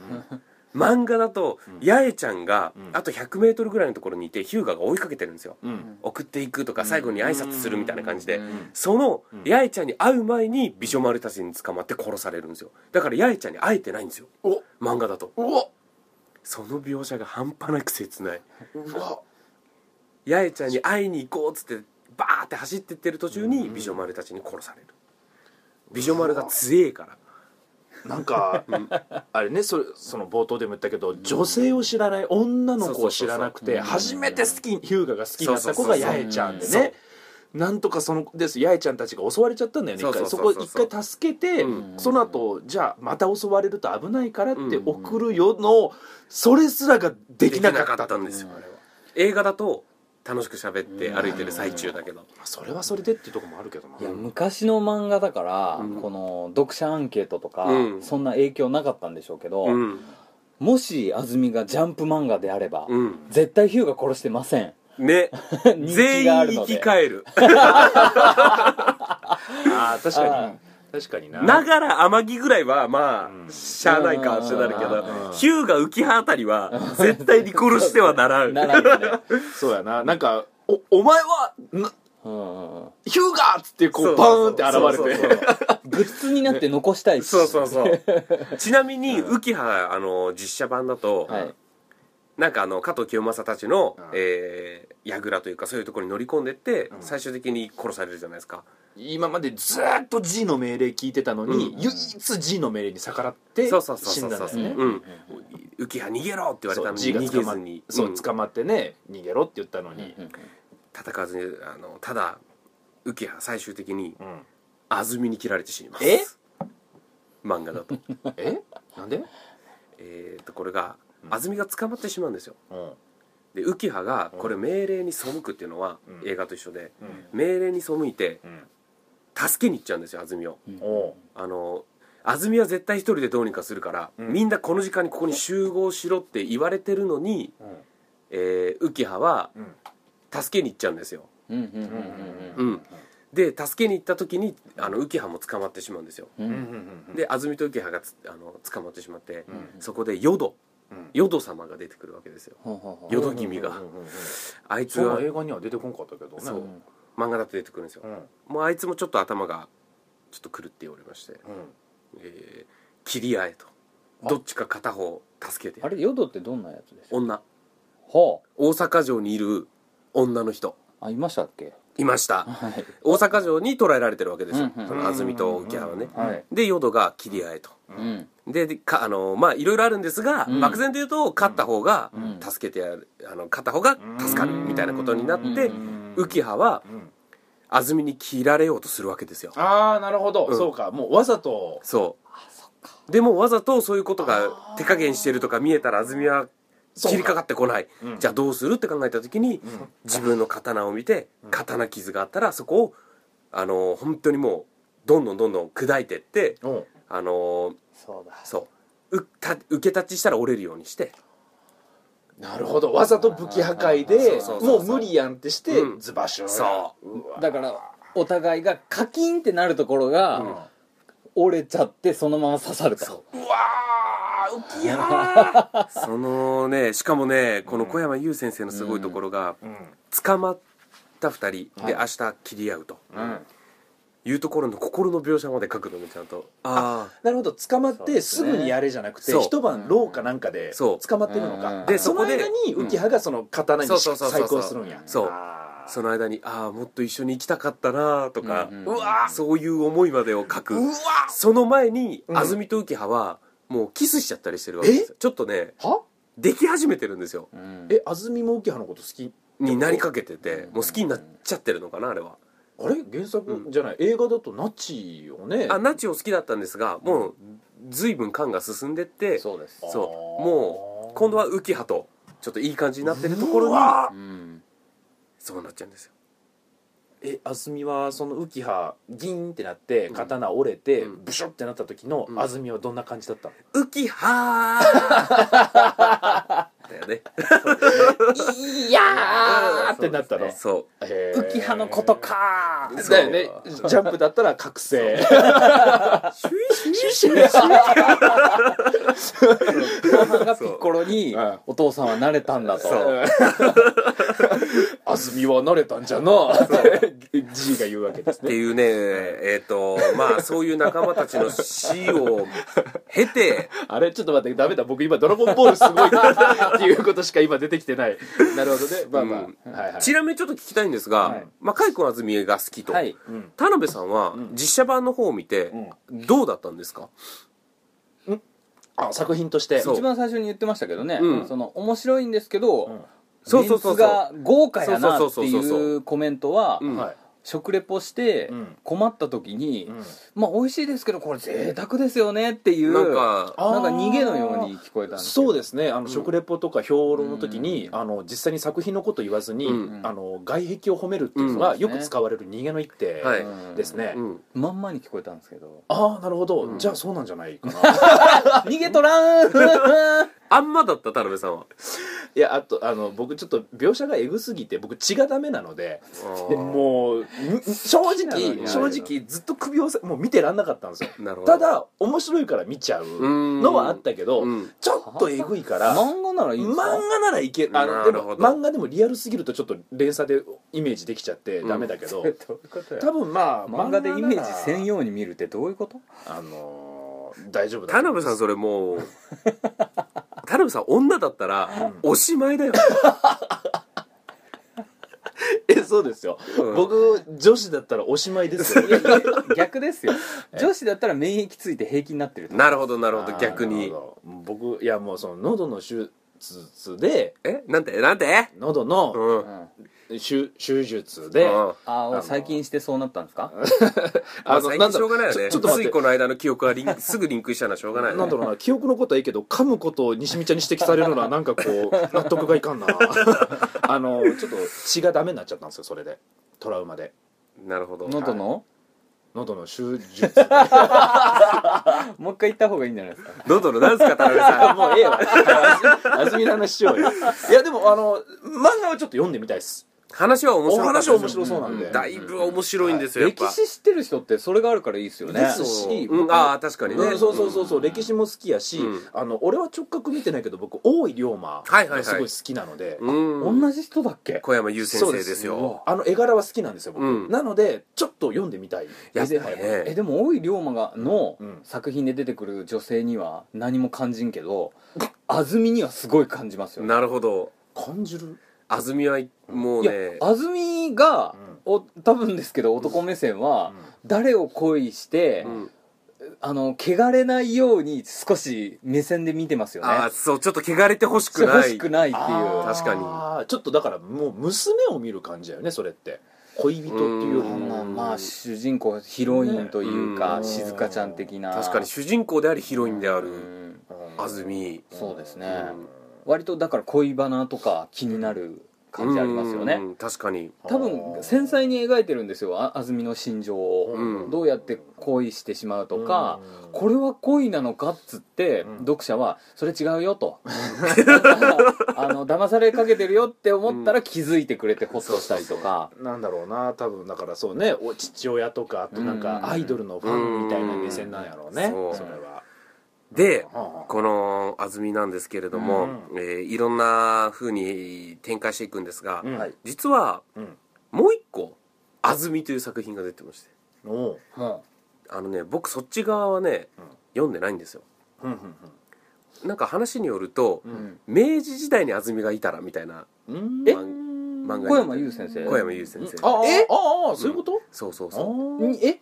Speaker 1: 漫画だと
Speaker 3: うん
Speaker 1: 八重ちゃんが
Speaker 3: うん
Speaker 1: あと 100m ぐらいのところにいてヒューガが追いかけてるんですよ
Speaker 3: うん
Speaker 1: 送っていくとか最後に挨拶するみたいな感じで、
Speaker 2: うん
Speaker 1: その
Speaker 3: うん
Speaker 1: 八重ちゃんに会う前に美女丸たちに捕まって殺されるんですよだから八重ちゃんに会えてないんですよ
Speaker 3: お
Speaker 1: 漫画だと
Speaker 3: うわ
Speaker 1: その描写が半端なく切ないう
Speaker 3: わ
Speaker 1: 八重ちゃんに会いに行こうっつってバーって走ってってる途中に美女丸たちに殺される美女丸が強えから
Speaker 3: なんかあれねそれその冒頭でも言ったけど女性を知らない女の子を知らなくて
Speaker 2: そうそうそう
Speaker 3: 初めて好きヒューガが好きになった子が
Speaker 1: そうそうそう
Speaker 3: 八重ちゃんで
Speaker 1: そう
Speaker 3: ねなんとかそのです八重ちゃんたちが襲われちゃったんだよね
Speaker 1: そう
Speaker 3: 一
Speaker 1: そうそ
Speaker 3: 回そう
Speaker 1: そう
Speaker 3: こ一回助けて
Speaker 1: うん
Speaker 3: その後じゃあまた襲われると危ないからって
Speaker 1: うん
Speaker 3: 送るよのそれすらができなかった
Speaker 1: んですよあれは映画だと楽しく喋って歩いてる最中だけど
Speaker 3: それはそれでっていうところもあるけどない
Speaker 2: や昔の漫画だから、
Speaker 1: うん
Speaker 2: この読者アンケートとか、
Speaker 1: うん
Speaker 2: そんな影響なかったんでしょうけど、
Speaker 1: うん
Speaker 2: もし安住がジャンプ漫画であれば、
Speaker 1: うん
Speaker 2: 絶対ヒューが殺してません
Speaker 1: ね
Speaker 2: 人
Speaker 1: 全
Speaker 2: 気がある
Speaker 1: 員
Speaker 2: の
Speaker 1: 生
Speaker 2: で
Speaker 1: き返る
Speaker 3: あー確か
Speaker 2: あ
Speaker 3: に確かにな
Speaker 1: ながら天城ぐらいはまあ、
Speaker 3: うん
Speaker 1: しゃあないかってなるけ
Speaker 3: う
Speaker 1: ど
Speaker 3: ん
Speaker 1: ヒューが浮葉あたりは絶対リコールしてはならん
Speaker 2: ならんよね、
Speaker 3: そうやななんかおお前はな
Speaker 2: うんうんうん、
Speaker 3: ヒューガーっつってこ
Speaker 1: そうう
Speaker 3: バーンって現
Speaker 1: そう
Speaker 3: れ
Speaker 1: そう
Speaker 3: て
Speaker 1: そう
Speaker 2: グッズになって残したいし
Speaker 1: そうそうそうちなみに浮葉あの実写版だと、
Speaker 2: はい、
Speaker 1: なんかあの加藤清正たちの
Speaker 3: うん
Speaker 1: えー櫓、というかそういうところに乗り込んでって、
Speaker 3: ん
Speaker 1: 最終的に殺されるじゃないですか
Speaker 3: 今までずーっと G の命令聞いてたのに、
Speaker 1: う
Speaker 3: 唯一 G の命令に逆らって
Speaker 1: そうそうそう
Speaker 3: 死
Speaker 1: そ
Speaker 3: ん
Speaker 1: う
Speaker 3: だん
Speaker 1: そう
Speaker 3: だよね
Speaker 1: うん浮葉逃げろって言われた
Speaker 3: そ
Speaker 1: の
Speaker 3: う
Speaker 1: に
Speaker 3: G が
Speaker 1: 逃げ
Speaker 3: 捕まっ
Speaker 1: ずに、
Speaker 3: そううん捕まってね逃げろって言ったのに、
Speaker 1: 戦わずにあのただ浮葉最終的に
Speaker 3: うん
Speaker 1: 安住に切られて死にます
Speaker 3: え
Speaker 1: 漫画だ と
Speaker 3: えなんで、
Speaker 1: えー、とこれが安住が捕まってしまうんですよ
Speaker 3: うん
Speaker 1: で浮葉がこれ命令に背くっていうのは
Speaker 3: うん
Speaker 1: 映画と一緒で
Speaker 3: うん
Speaker 1: 命令に背いて助けに行っちゃうんですよ安住を
Speaker 2: うん
Speaker 3: おう
Speaker 1: あの安住は絶対一人でどうにかするから、
Speaker 3: うん
Speaker 1: みんなこの時間にここに集合しろって言われてるのに、
Speaker 3: うん
Speaker 1: えー浮葉は
Speaker 3: うん
Speaker 1: 助けに行っちゃうんですよ
Speaker 2: うんうん
Speaker 3: うん
Speaker 1: う
Speaker 2: うん
Speaker 1: んで助けに行った時にあの浮葉も捕まってしまうんですよ
Speaker 2: うんうんう
Speaker 3: うん
Speaker 2: ん
Speaker 1: で安住と浮葉がつあの捕まってしまって、
Speaker 3: うん
Speaker 1: そこで淀
Speaker 3: うん
Speaker 1: 淀様が出てくるわけですよ
Speaker 2: ほうほうほう
Speaker 1: 淀君が
Speaker 3: うんうんうんうん
Speaker 1: あいつ
Speaker 3: その
Speaker 1: は
Speaker 3: 映画には出てこんかったけどね
Speaker 1: そう
Speaker 2: うん
Speaker 1: 漫画だって出てくるんですよ
Speaker 3: うん
Speaker 1: もうあいつもちょっと頭がちょっと狂っておりまして
Speaker 3: うん
Speaker 1: えー切り合えと
Speaker 2: あ
Speaker 1: どっちか片方助けてや
Speaker 2: あ
Speaker 1: る
Speaker 2: れヨドってどんなやつですか
Speaker 1: 女
Speaker 2: は
Speaker 1: 大阪城にいる女の人
Speaker 2: ああいましたっけ
Speaker 1: いました
Speaker 2: はい
Speaker 1: 大阪城に捕らえられてるわけですよ、
Speaker 2: うんうん
Speaker 1: その安住とギャラはね、
Speaker 2: はい
Speaker 1: で淀が切り合えと
Speaker 2: うん
Speaker 1: ででかあのまあいろいろあるんですが、
Speaker 2: うん
Speaker 1: 漠然と言うと勝った方が
Speaker 2: うん
Speaker 1: 助けてやる、あの勝った方が助かるみたいなことになって、
Speaker 2: うん
Speaker 1: 浮き葉は
Speaker 3: うん
Speaker 1: 安住に切られようとするわけですよ
Speaker 3: ああなるほど、
Speaker 1: うん
Speaker 3: そうかもうわざと
Speaker 1: そうでもわざとそういうことが手加減してるとか見えたら安住は
Speaker 3: そう
Speaker 1: 切りかかってこない、
Speaker 3: うん
Speaker 1: じゃあどうするって考えた時に、
Speaker 3: ん
Speaker 1: 自分の刀を見て刀傷があったらそこをあのー本当にもうどんどんどんどん砕いてって
Speaker 3: うん
Speaker 1: あのー
Speaker 2: そうだ
Speaker 1: そううた受け立ちしたら折れるようにして
Speaker 3: なるほどわざと武器破壊で
Speaker 1: そうそうそう
Speaker 3: もう無理やんってして、
Speaker 1: うん
Speaker 3: ズバシュン
Speaker 1: そう
Speaker 3: わ
Speaker 2: だからお互いがカキンってなるところが折れちゃってそのまま刺された
Speaker 1: そう
Speaker 3: うわー浮きや
Speaker 1: そのねしかもねこの小山優先生のすごいところが、
Speaker 3: うん
Speaker 1: 捕まった2人で
Speaker 2: は
Speaker 1: 明日切り合うと
Speaker 3: うん
Speaker 1: いうところの心の描写まで書くのねちゃんとあ
Speaker 3: なるほど捕まっ
Speaker 2: そうで
Speaker 3: て
Speaker 2: す
Speaker 3: す
Speaker 2: ね
Speaker 3: ぐにやれじゃなくて、
Speaker 1: そう
Speaker 3: 一晩廊下なんかで
Speaker 1: そう
Speaker 3: 捕まってるの
Speaker 2: うんうんう
Speaker 3: か
Speaker 2: ん
Speaker 1: でそ
Speaker 3: そ
Speaker 1: こ
Speaker 3: の
Speaker 1: で
Speaker 3: 間に浮葉がその刀に
Speaker 1: そうそうそうそう
Speaker 3: 再婚するんや
Speaker 1: そう
Speaker 3: あ
Speaker 1: あ
Speaker 3: ー
Speaker 1: その間にああもっと一緒に行きたかったなとか、
Speaker 2: うんうん
Speaker 3: うわー
Speaker 1: そういう思いまでを書く
Speaker 3: うわ
Speaker 1: その前に、
Speaker 3: うん
Speaker 1: 安住と浮葉はもうキスしちゃったりしてるわけですよちょっとね
Speaker 3: は
Speaker 1: でき始めてるんですよ
Speaker 2: うん
Speaker 3: え安住も浮葉のこと好き
Speaker 1: になりかけてて
Speaker 2: うん
Speaker 1: もう好きになっちゃってるのかなあれは
Speaker 3: あれ原作じゃない、映画だとナチをね
Speaker 1: あナチを好きだったんですがもう随分感が進んでって
Speaker 2: そうです
Speaker 1: そうも今度は浮葉とちょっといい感じになってるところ
Speaker 3: う
Speaker 1: に
Speaker 3: わ
Speaker 2: うん
Speaker 1: そうなっちゃうんですよ
Speaker 3: え安住はその浮葉ギンってなって刀折れて、
Speaker 1: うん
Speaker 3: ブシュってなった時の
Speaker 1: うん
Speaker 3: 安住はどんな感じだった、
Speaker 1: 浮きはーだよね
Speaker 3: いやーってなったの、
Speaker 1: そ
Speaker 3: へー
Speaker 2: 浮き葉のことか
Speaker 1: う
Speaker 3: だよねジャンプだったら覚醒
Speaker 1: シュイシュイシュイ
Speaker 2: お母さんがピッコロに
Speaker 3: そう
Speaker 2: お父さんは慣れたんだと
Speaker 1: そう
Speaker 3: 安住は慣れたんじゃなってじいが言うわけです
Speaker 1: って
Speaker 3: ね
Speaker 1: いうねえっ、とまあそういう仲間たちの死を経て
Speaker 3: あれちょっと待ってダメだ僕今「ドラゴンボールすごい」っていうことしか今出てきてないなるほどねまあまあ、
Speaker 1: うん
Speaker 3: はいはい
Speaker 1: ちなみにちょっと聞きたいんですが、
Speaker 3: はい
Speaker 1: まあ、カイ君安住が好きと、
Speaker 2: はい
Speaker 3: うん
Speaker 1: 田辺さんは実写版の方を見てどうだったんですか、
Speaker 3: あ作品として
Speaker 1: そう
Speaker 2: 一番最初に言ってましたけどね、
Speaker 1: うん
Speaker 2: その面白いんですけど、
Speaker 3: うん
Speaker 1: そうそうそうそう
Speaker 2: メンツが豪華やな
Speaker 1: そう
Speaker 2: っ
Speaker 1: そ
Speaker 2: て
Speaker 1: うそうそうそう
Speaker 2: いうコメントは、
Speaker 1: うん
Speaker 3: はい
Speaker 2: 食レポして
Speaker 3: うん
Speaker 2: 困った時に、
Speaker 3: うん
Speaker 2: まあ美味しいですけどこれ贅沢ですよねっていう
Speaker 1: なんか
Speaker 3: あー
Speaker 2: なんか逃げのように聞こえたんですけど
Speaker 3: そうですねあの食レポとか評論の時に、
Speaker 2: うん
Speaker 3: あの実際に作品のこと言わずに、
Speaker 1: うん
Speaker 3: あの外壁を褒めるっていうのが、
Speaker 2: うん
Speaker 3: よく使われる逃げの一手
Speaker 1: はい
Speaker 3: ですね、
Speaker 1: うん
Speaker 2: まんまに聞こえたんですけど
Speaker 3: ああなるほど、
Speaker 1: うん
Speaker 3: じゃあそうなんじゃないかな
Speaker 2: 逃げと らん
Speaker 1: あんまだった田辺さんはい
Speaker 3: やあとあの僕ちょっと描写がエグすぎて僕血がダメなのでもうむ正
Speaker 2: な
Speaker 3: 直
Speaker 2: る
Speaker 3: 正
Speaker 2: ほど
Speaker 3: 直ずっと首をさもう見てらんなかったんですよ
Speaker 1: なるほど
Speaker 3: ただ面白いから見ちゃうの
Speaker 1: の
Speaker 3: はあったけど、
Speaker 1: うん
Speaker 3: ちょっとエグいから
Speaker 2: 漫画ならいいんで
Speaker 3: 漫
Speaker 2: すか
Speaker 3: 画ならいけ
Speaker 1: な
Speaker 3: あので
Speaker 1: るほど
Speaker 3: も漫画でもリアルすぎるとちょっと連鎖でイメージできちゃってダメだけ
Speaker 2: ど
Speaker 3: ど、
Speaker 2: ういうことや
Speaker 3: 多分まあ
Speaker 2: 漫画でイメージせん
Speaker 3: 用
Speaker 2: ように見るってどういうこと
Speaker 3: あのー大丈夫だ
Speaker 1: 田辺さんそれも う田辺さん女だったらおしまいだよ、
Speaker 3: えそうですよ、
Speaker 1: うん
Speaker 3: 僕女子だったらおしまいですよ
Speaker 2: 逆ですよ女子だったら免疫ついて平気になってると
Speaker 1: なるほどなるほど逆
Speaker 3: あー
Speaker 1: に
Speaker 3: なるほど僕いやもうその喉の手術で
Speaker 1: えなんてなんて
Speaker 3: 喉の
Speaker 1: うん、
Speaker 2: うんあ
Speaker 3: 手手術で、
Speaker 1: うん
Speaker 2: あー
Speaker 3: の
Speaker 2: 最近してそうなったんですか
Speaker 1: まあ
Speaker 3: の
Speaker 1: 最
Speaker 3: なん
Speaker 1: 近
Speaker 3: だ
Speaker 1: しょうがないよね
Speaker 3: ちょちょっと
Speaker 1: つ
Speaker 3: 待っ
Speaker 1: い
Speaker 3: て
Speaker 1: この間の記憶はリンすぐリンクしたのはしょうがないよね
Speaker 3: なんだろうな記憶のことはいいけど噛むことを西見ちゃんに指摘されるの はなんかこう納得がいかんな あのちょっと血がダメになっちゃったんですよそれでトラウマで
Speaker 1: なるほど
Speaker 2: 喉の
Speaker 3: 喉の手 術で
Speaker 2: もう一回行った方がいいんじゃない ですか
Speaker 1: 喉のなんすか田辺さん
Speaker 3: もうええわあずみの話しようよいやでもあの漫画はちょっと読んでみたいです
Speaker 1: 話は面白
Speaker 3: お
Speaker 1: かったですよ
Speaker 3: 話は面白そうなんで、
Speaker 1: うんだいぶ面白いんですよ、やっぱ
Speaker 2: 歴史知ってる人ってそれがあるからいいですよね
Speaker 3: ですし
Speaker 1: うん、ああ確かにね、
Speaker 3: うんそうそうそうそう、歴史も好きやし、
Speaker 1: うん
Speaker 3: あの俺は直角見てないけど僕大井龍
Speaker 1: は
Speaker 3: 馬
Speaker 1: いはいは
Speaker 3: が
Speaker 1: い
Speaker 3: すごい好きなので、
Speaker 1: うん
Speaker 2: 同じ人だっけ
Speaker 1: 小山優先生です
Speaker 2: そうです
Speaker 1: よ
Speaker 2: よ
Speaker 3: あの絵柄は好きなんですよ僕、
Speaker 1: うん
Speaker 3: なのでちょっと読んでみたい
Speaker 1: やっぱ
Speaker 2: で
Speaker 1: り
Speaker 2: え
Speaker 1: ね
Speaker 2: でも大井龍馬がの
Speaker 3: うん
Speaker 2: 作品で出てくる女性には何も感じんけど安住にはすごい感じますよね
Speaker 1: なるほど
Speaker 3: 感じる、
Speaker 1: 安住はいもう
Speaker 2: いや
Speaker 1: ね
Speaker 2: 安住がお多分ですけど男目線は誰を恋して、
Speaker 1: うん
Speaker 2: あの汚れないように少し目線で見てますよね
Speaker 1: ああそうちょっと汚れてほしく
Speaker 2: 欲
Speaker 1: な
Speaker 2: し
Speaker 1: い
Speaker 2: くないっていう
Speaker 1: ー確かに
Speaker 3: にちょっとだからもう娘を見る感じだよねそれって恋人っていうより
Speaker 1: うん
Speaker 3: も
Speaker 2: まあまあ主人公ヒロインというか、
Speaker 1: ね
Speaker 2: 静香ちゃん的な
Speaker 1: 確かに主人公でありヒロインであ
Speaker 2: う
Speaker 1: る
Speaker 2: ん
Speaker 1: 安住
Speaker 2: そうですね、
Speaker 1: うん
Speaker 2: 割とだから恋バナとか気になる感じありますよね、
Speaker 1: うん確かに
Speaker 2: 多分繊細に描いてるんですよあ安住の心情を、
Speaker 1: うん
Speaker 2: どうやって恋してしまうとか、これは恋なのかっつって、
Speaker 3: ん
Speaker 2: 読者はそれ違うよと あの騙されかけてるよって思ったら気づいてくれてホッとしたりとか、
Speaker 3: なんだろうな多分だからそうねお父親とかあとなん
Speaker 2: うん
Speaker 3: かアイドルのファンみたいな目線なんやろうね、
Speaker 1: うん
Speaker 3: それは、
Speaker 1: で
Speaker 3: は
Speaker 1: この安住なんですけれども、えーいろんな風に展開していくんですが、
Speaker 3: うん
Speaker 2: はい
Speaker 1: 実は
Speaker 3: うん
Speaker 1: もう一個「安住」という作品が出てまして
Speaker 3: あおう
Speaker 2: うん
Speaker 1: あのね僕そっち側はね、
Speaker 3: うん
Speaker 1: 読んでないんですよ
Speaker 3: ふんふん
Speaker 1: なんか話によると、
Speaker 3: ふんうん
Speaker 1: 明治時代に安住がいたらみたいな
Speaker 3: うん
Speaker 2: え
Speaker 1: 漫画
Speaker 2: 小山優先生
Speaker 1: 小山優先生
Speaker 3: ああ
Speaker 2: え
Speaker 3: ああそういうこと、
Speaker 1: そうそう
Speaker 3: あ
Speaker 1: そう
Speaker 3: ー
Speaker 2: にえ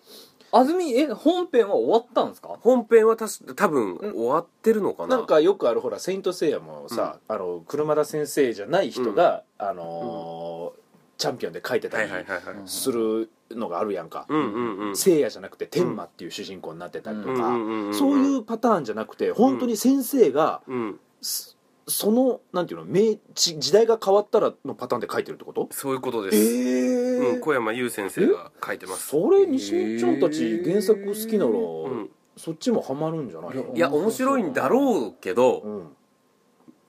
Speaker 2: 安住え本編は終わったんですか
Speaker 1: 本編はたし多分終わってるのかな
Speaker 3: なんかよくあるほら「セイント・セイヤ」もさ、あの車田先生じゃない人が、あのーチャンピオンで書いて
Speaker 1: は
Speaker 3: た
Speaker 1: い
Speaker 3: り
Speaker 1: はいはいはい、
Speaker 3: するのがあるやんか、
Speaker 1: うんうんうん
Speaker 3: 聖夜じゃなくて天馬っていう主人公になってたりとか、
Speaker 1: うんうんうんうん
Speaker 3: そういうパターンじゃなくて本当に先生が、
Speaker 1: うん
Speaker 3: すそのなんていうの明治時代が変わったらのパターンで書いてるってこと
Speaker 1: そういうことで
Speaker 3: え
Speaker 1: す、
Speaker 3: え
Speaker 1: うん、小山優先生が書いてます
Speaker 3: それ西尾ちゃんたち原作好きなら、
Speaker 1: うん
Speaker 3: そっちもハマるんじゃないの
Speaker 1: いや面白いんだろうけ
Speaker 3: う
Speaker 1: ど
Speaker 3: ん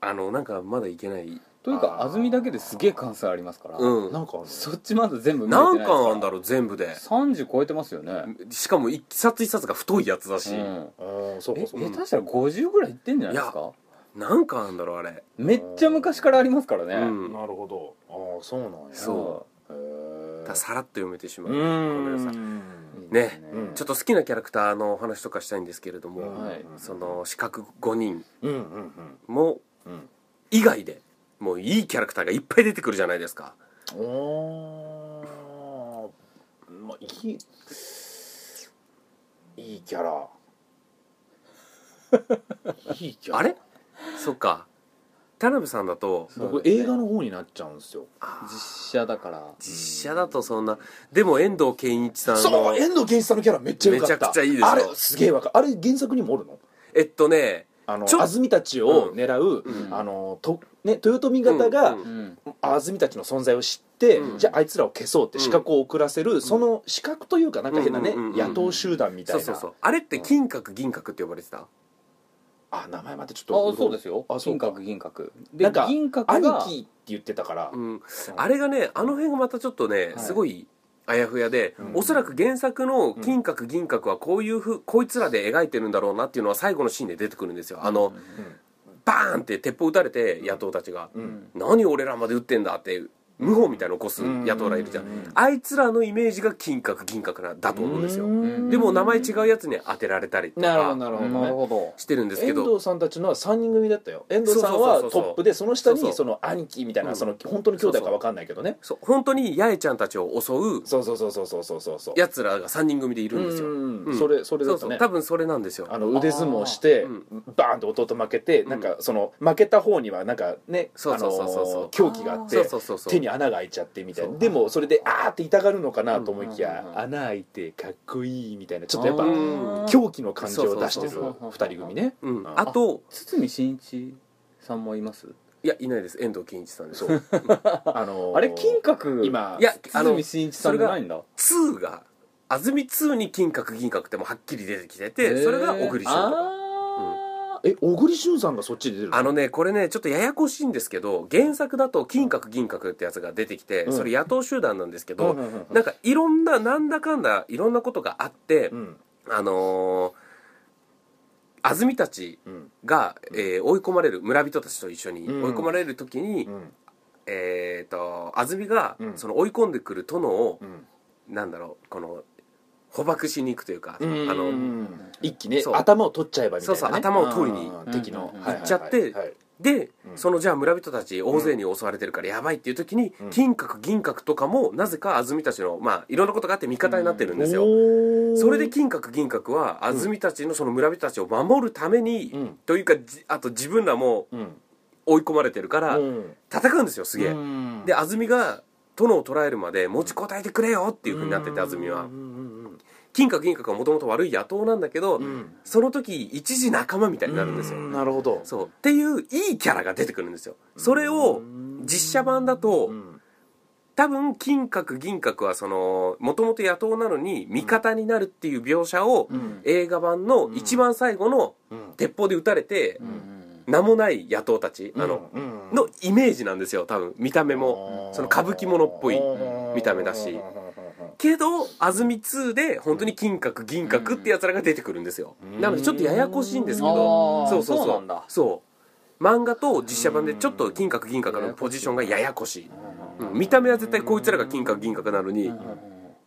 Speaker 1: あのなんかまだいけない
Speaker 2: というか安住だけですげえ関数ありますから、
Speaker 1: うん
Speaker 3: なんかあるの
Speaker 2: そっちまだ全部見れてない
Speaker 1: 何
Speaker 2: で
Speaker 1: 巻
Speaker 2: すから
Speaker 1: あんだろう全部で
Speaker 2: 30超えてますよね、
Speaker 1: しかも一冊一冊が太いやつだし、
Speaker 2: うん
Speaker 3: ああそう
Speaker 2: え
Speaker 3: かそうか
Speaker 2: 下手したら50ぐらいいってんじゃないですか
Speaker 1: 何巻あんだろうあれ、
Speaker 2: めっちゃ昔からありますからね、
Speaker 1: うんだか
Speaker 3: なるほどああそうなんや
Speaker 1: そ
Speaker 3: へえ
Speaker 1: らさらっと読めてしま
Speaker 3: う
Speaker 1: うごめんなさい
Speaker 3: ん
Speaker 2: いいです
Speaker 1: ね
Speaker 3: うん
Speaker 1: ちょっと好きなキャラクターのお話とかしたいんですけれども、
Speaker 3: うん
Speaker 2: はい
Speaker 1: その四角5人
Speaker 3: うんうん
Speaker 1: も
Speaker 3: うん
Speaker 1: 以外でもういいキャラクターがいっぱい出てくるじゃないですか
Speaker 3: うんおーまあいいいいキャラいいキャラ
Speaker 1: あれそっか田辺さんだと
Speaker 3: 僕映画の方になっちゃうんですよ
Speaker 2: 実写だから
Speaker 1: 実写だとそんなでも遠藤健一さん
Speaker 3: そ
Speaker 1: の
Speaker 3: う遠藤源一さんのキャラめっちゃ良かった
Speaker 1: めちゃくちゃいいでしょ
Speaker 3: あれすげえわかるあれ原作にもおるの
Speaker 1: えっとね
Speaker 3: あの
Speaker 1: ちょ
Speaker 3: 安住たちを狙う、
Speaker 2: うん
Speaker 3: あのとね豊臣方が、
Speaker 1: うん
Speaker 2: うん
Speaker 3: 安住たちの存在を知って、
Speaker 1: うん
Speaker 3: じゃああいつらを消そうって資格を遅らせる、その資格というかなんか変なね、
Speaker 1: うんうんうんうん
Speaker 3: 野党集団みたい
Speaker 1: そう
Speaker 3: な
Speaker 1: そうそうあれって金閣銀閣って呼ばれてた
Speaker 3: あ名前までちょっと
Speaker 2: あそうですよ
Speaker 3: あそ
Speaker 2: 金
Speaker 3: うか
Speaker 2: 閣銀閣
Speaker 3: な
Speaker 2: で
Speaker 3: んか
Speaker 2: 銀閣
Speaker 3: 兄
Speaker 2: が
Speaker 3: 貴って言ってたから、
Speaker 1: うんあれがねあの辺がまたちょっとね、
Speaker 2: はい
Speaker 1: すごいあやふやで、
Speaker 3: うん
Speaker 1: おそらく原作の「金閣銀閣」はこういうふうこいつらで描いてるんだろうなっていうのは最後のシーンで出てくるんですよあの、バーンって鉄砲撃たれて野党たちが「
Speaker 3: うん
Speaker 1: 何俺らまで撃ってんだ」って無法みたいなの起こす野党らいるじゃん、あいつらのイメージが金閣銀閣なだと思うんですよ、
Speaker 3: うん
Speaker 1: でも名前違うやつに当てられたりと
Speaker 3: なるほ
Speaker 1: か
Speaker 3: どなるほ
Speaker 2: う
Speaker 3: ど、
Speaker 2: ん
Speaker 3: ね
Speaker 2: なるほど
Speaker 1: してるんですけ
Speaker 3: 遠
Speaker 1: ど
Speaker 3: 藤さんたちのは3人組だったよ遠藤さん
Speaker 1: そうそ
Speaker 3: は
Speaker 1: うそう
Speaker 3: ト
Speaker 1: そう
Speaker 3: ップでその下
Speaker 1: そうそう
Speaker 3: にその兄貴みたいな、
Speaker 1: うん
Speaker 3: その本当の兄弟か分かんないけどね
Speaker 1: そう本当に八重ちゃんたちを襲う
Speaker 3: そうそうそうそうそうそうそうそう
Speaker 1: やつらが3人組でいるんですよ、
Speaker 3: うん
Speaker 1: うん
Speaker 3: それそれだ
Speaker 1: そう
Speaker 3: った
Speaker 1: そ
Speaker 3: ね
Speaker 1: う多分それなんですよ
Speaker 3: あの腕相撲して、
Speaker 1: あー
Speaker 3: バーンと弟負けて、なんかその負けた方にはなんかね
Speaker 1: そうそうそうそうそう
Speaker 3: あのー狂気があって
Speaker 1: そうそうそうそう
Speaker 3: 手に穴が開いちゃってみたい
Speaker 1: そ
Speaker 3: な
Speaker 1: う
Speaker 3: でもそれであーって痛がるのかなと思いきや、
Speaker 2: うんうんうんうん
Speaker 3: 穴開いてかっこいいみたいなちょっとやっ
Speaker 2: あ
Speaker 3: ぱ
Speaker 2: ー
Speaker 3: 狂気の感情を出してる
Speaker 2: そうそうそうそう
Speaker 3: 2人組ね
Speaker 1: うん
Speaker 3: あ
Speaker 1: あと
Speaker 2: 堤真一さんもいます
Speaker 1: いやいないです遠藤健一さんです
Speaker 3: そうあのー
Speaker 2: あれ金閣
Speaker 3: 今
Speaker 1: いやあの
Speaker 2: 堤真一さんじゃないんだ
Speaker 1: 2が安住2に金閣銀閣ってもうはっきり出てきててそれが小栗旬とか
Speaker 2: あー
Speaker 3: え小栗旬さんがそっちで出るの
Speaker 1: あのねこれねちょっとややこしいんですけど原作だと金閣銀閣ってやつが出てきて、それ野党集団なんですけど、
Speaker 3: うんうんうん
Speaker 1: なんかいろんななんだかんだいろんなことがあって、
Speaker 3: ん
Speaker 1: あのー安住たちが、えー追い込まれる村人たちと一緒に追い込まれる時に、
Speaker 3: ん
Speaker 1: えっ、と安住が、
Speaker 3: ん
Speaker 1: その追い込んでくる殿を、
Speaker 3: ん
Speaker 1: なんだろうこの捕獲しに行くというか、
Speaker 3: うん
Speaker 1: あ
Speaker 3: う
Speaker 1: の
Speaker 3: ん一気ね
Speaker 1: そう
Speaker 3: 頭を取っちゃえばみたいな、ね、
Speaker 1: そうそう頭を取りに
Speaker 3: うん敵の、
Speaker 2: うん
Speaker 3: はいはいはい
Speaker 1: 行っちゃって
Speaker 3: はい
Speaker 1: で、そのじゃあ村人たち大勢に襲われてるからやばいっていう時に、金閣銀閣とかもなぜか安住たちのまあいろんなことがあって味方になってるんですよ、それで金閣銀閣は安住たちのその村人たちを守るために、
Speaker 3: ん
Speaker 1: というかじあと自分らも
Speaker 3: うん
Speaker 1: 追い込まれてるから、
Speaker 3: うん
Speaker 1: 戦うんですよすげえ、
Speaker 3: うん
Speaker 1: で安住が殿を捕らえるまで持ちこたえてくれよっていうふうになってて安住は
Speaker 3: うんうんうん
Speaker 1: 金閣銀閣はもともと悪い野党なんだけど、
Speaker 3: ん
Speaker 1: その時一時仲間みたいになるんですよ、
Speaker 3: うんなるほど
Speaker 1: そうっていういいキャラが出てくるんですよそれを実写版だと、
Speaker 3: ん
Speaker 1: 多分金閣銀閣はそのもともと野党なのに味方になるっていう描写を、映画版の一番最後の鉄砲で撃たれて、名もない野党たち、あの、
Speaker 3: うん
Speaker 1: のイメージなんですよ多分見た目もその歌舞伎ものっぽい見た目だしけど安住2で本当に金閣銀閣ってやつらが出てくるんですよなのでちょっとややこしいんですけ
Speaker 2: あ
Speaker 1: ど
Speaker 2: ー
Speaker 1: そうそう
Speaker 2: そう
Speaker 1: そ
Speaker 2: なん
Speaker 1: う
Speaker 2: だ
Speaker 1: そう漫画と実写版でちょっと金閣銀閣のポジションがややこしいうん見た目は絶対こいつらが金閣銀閣なのに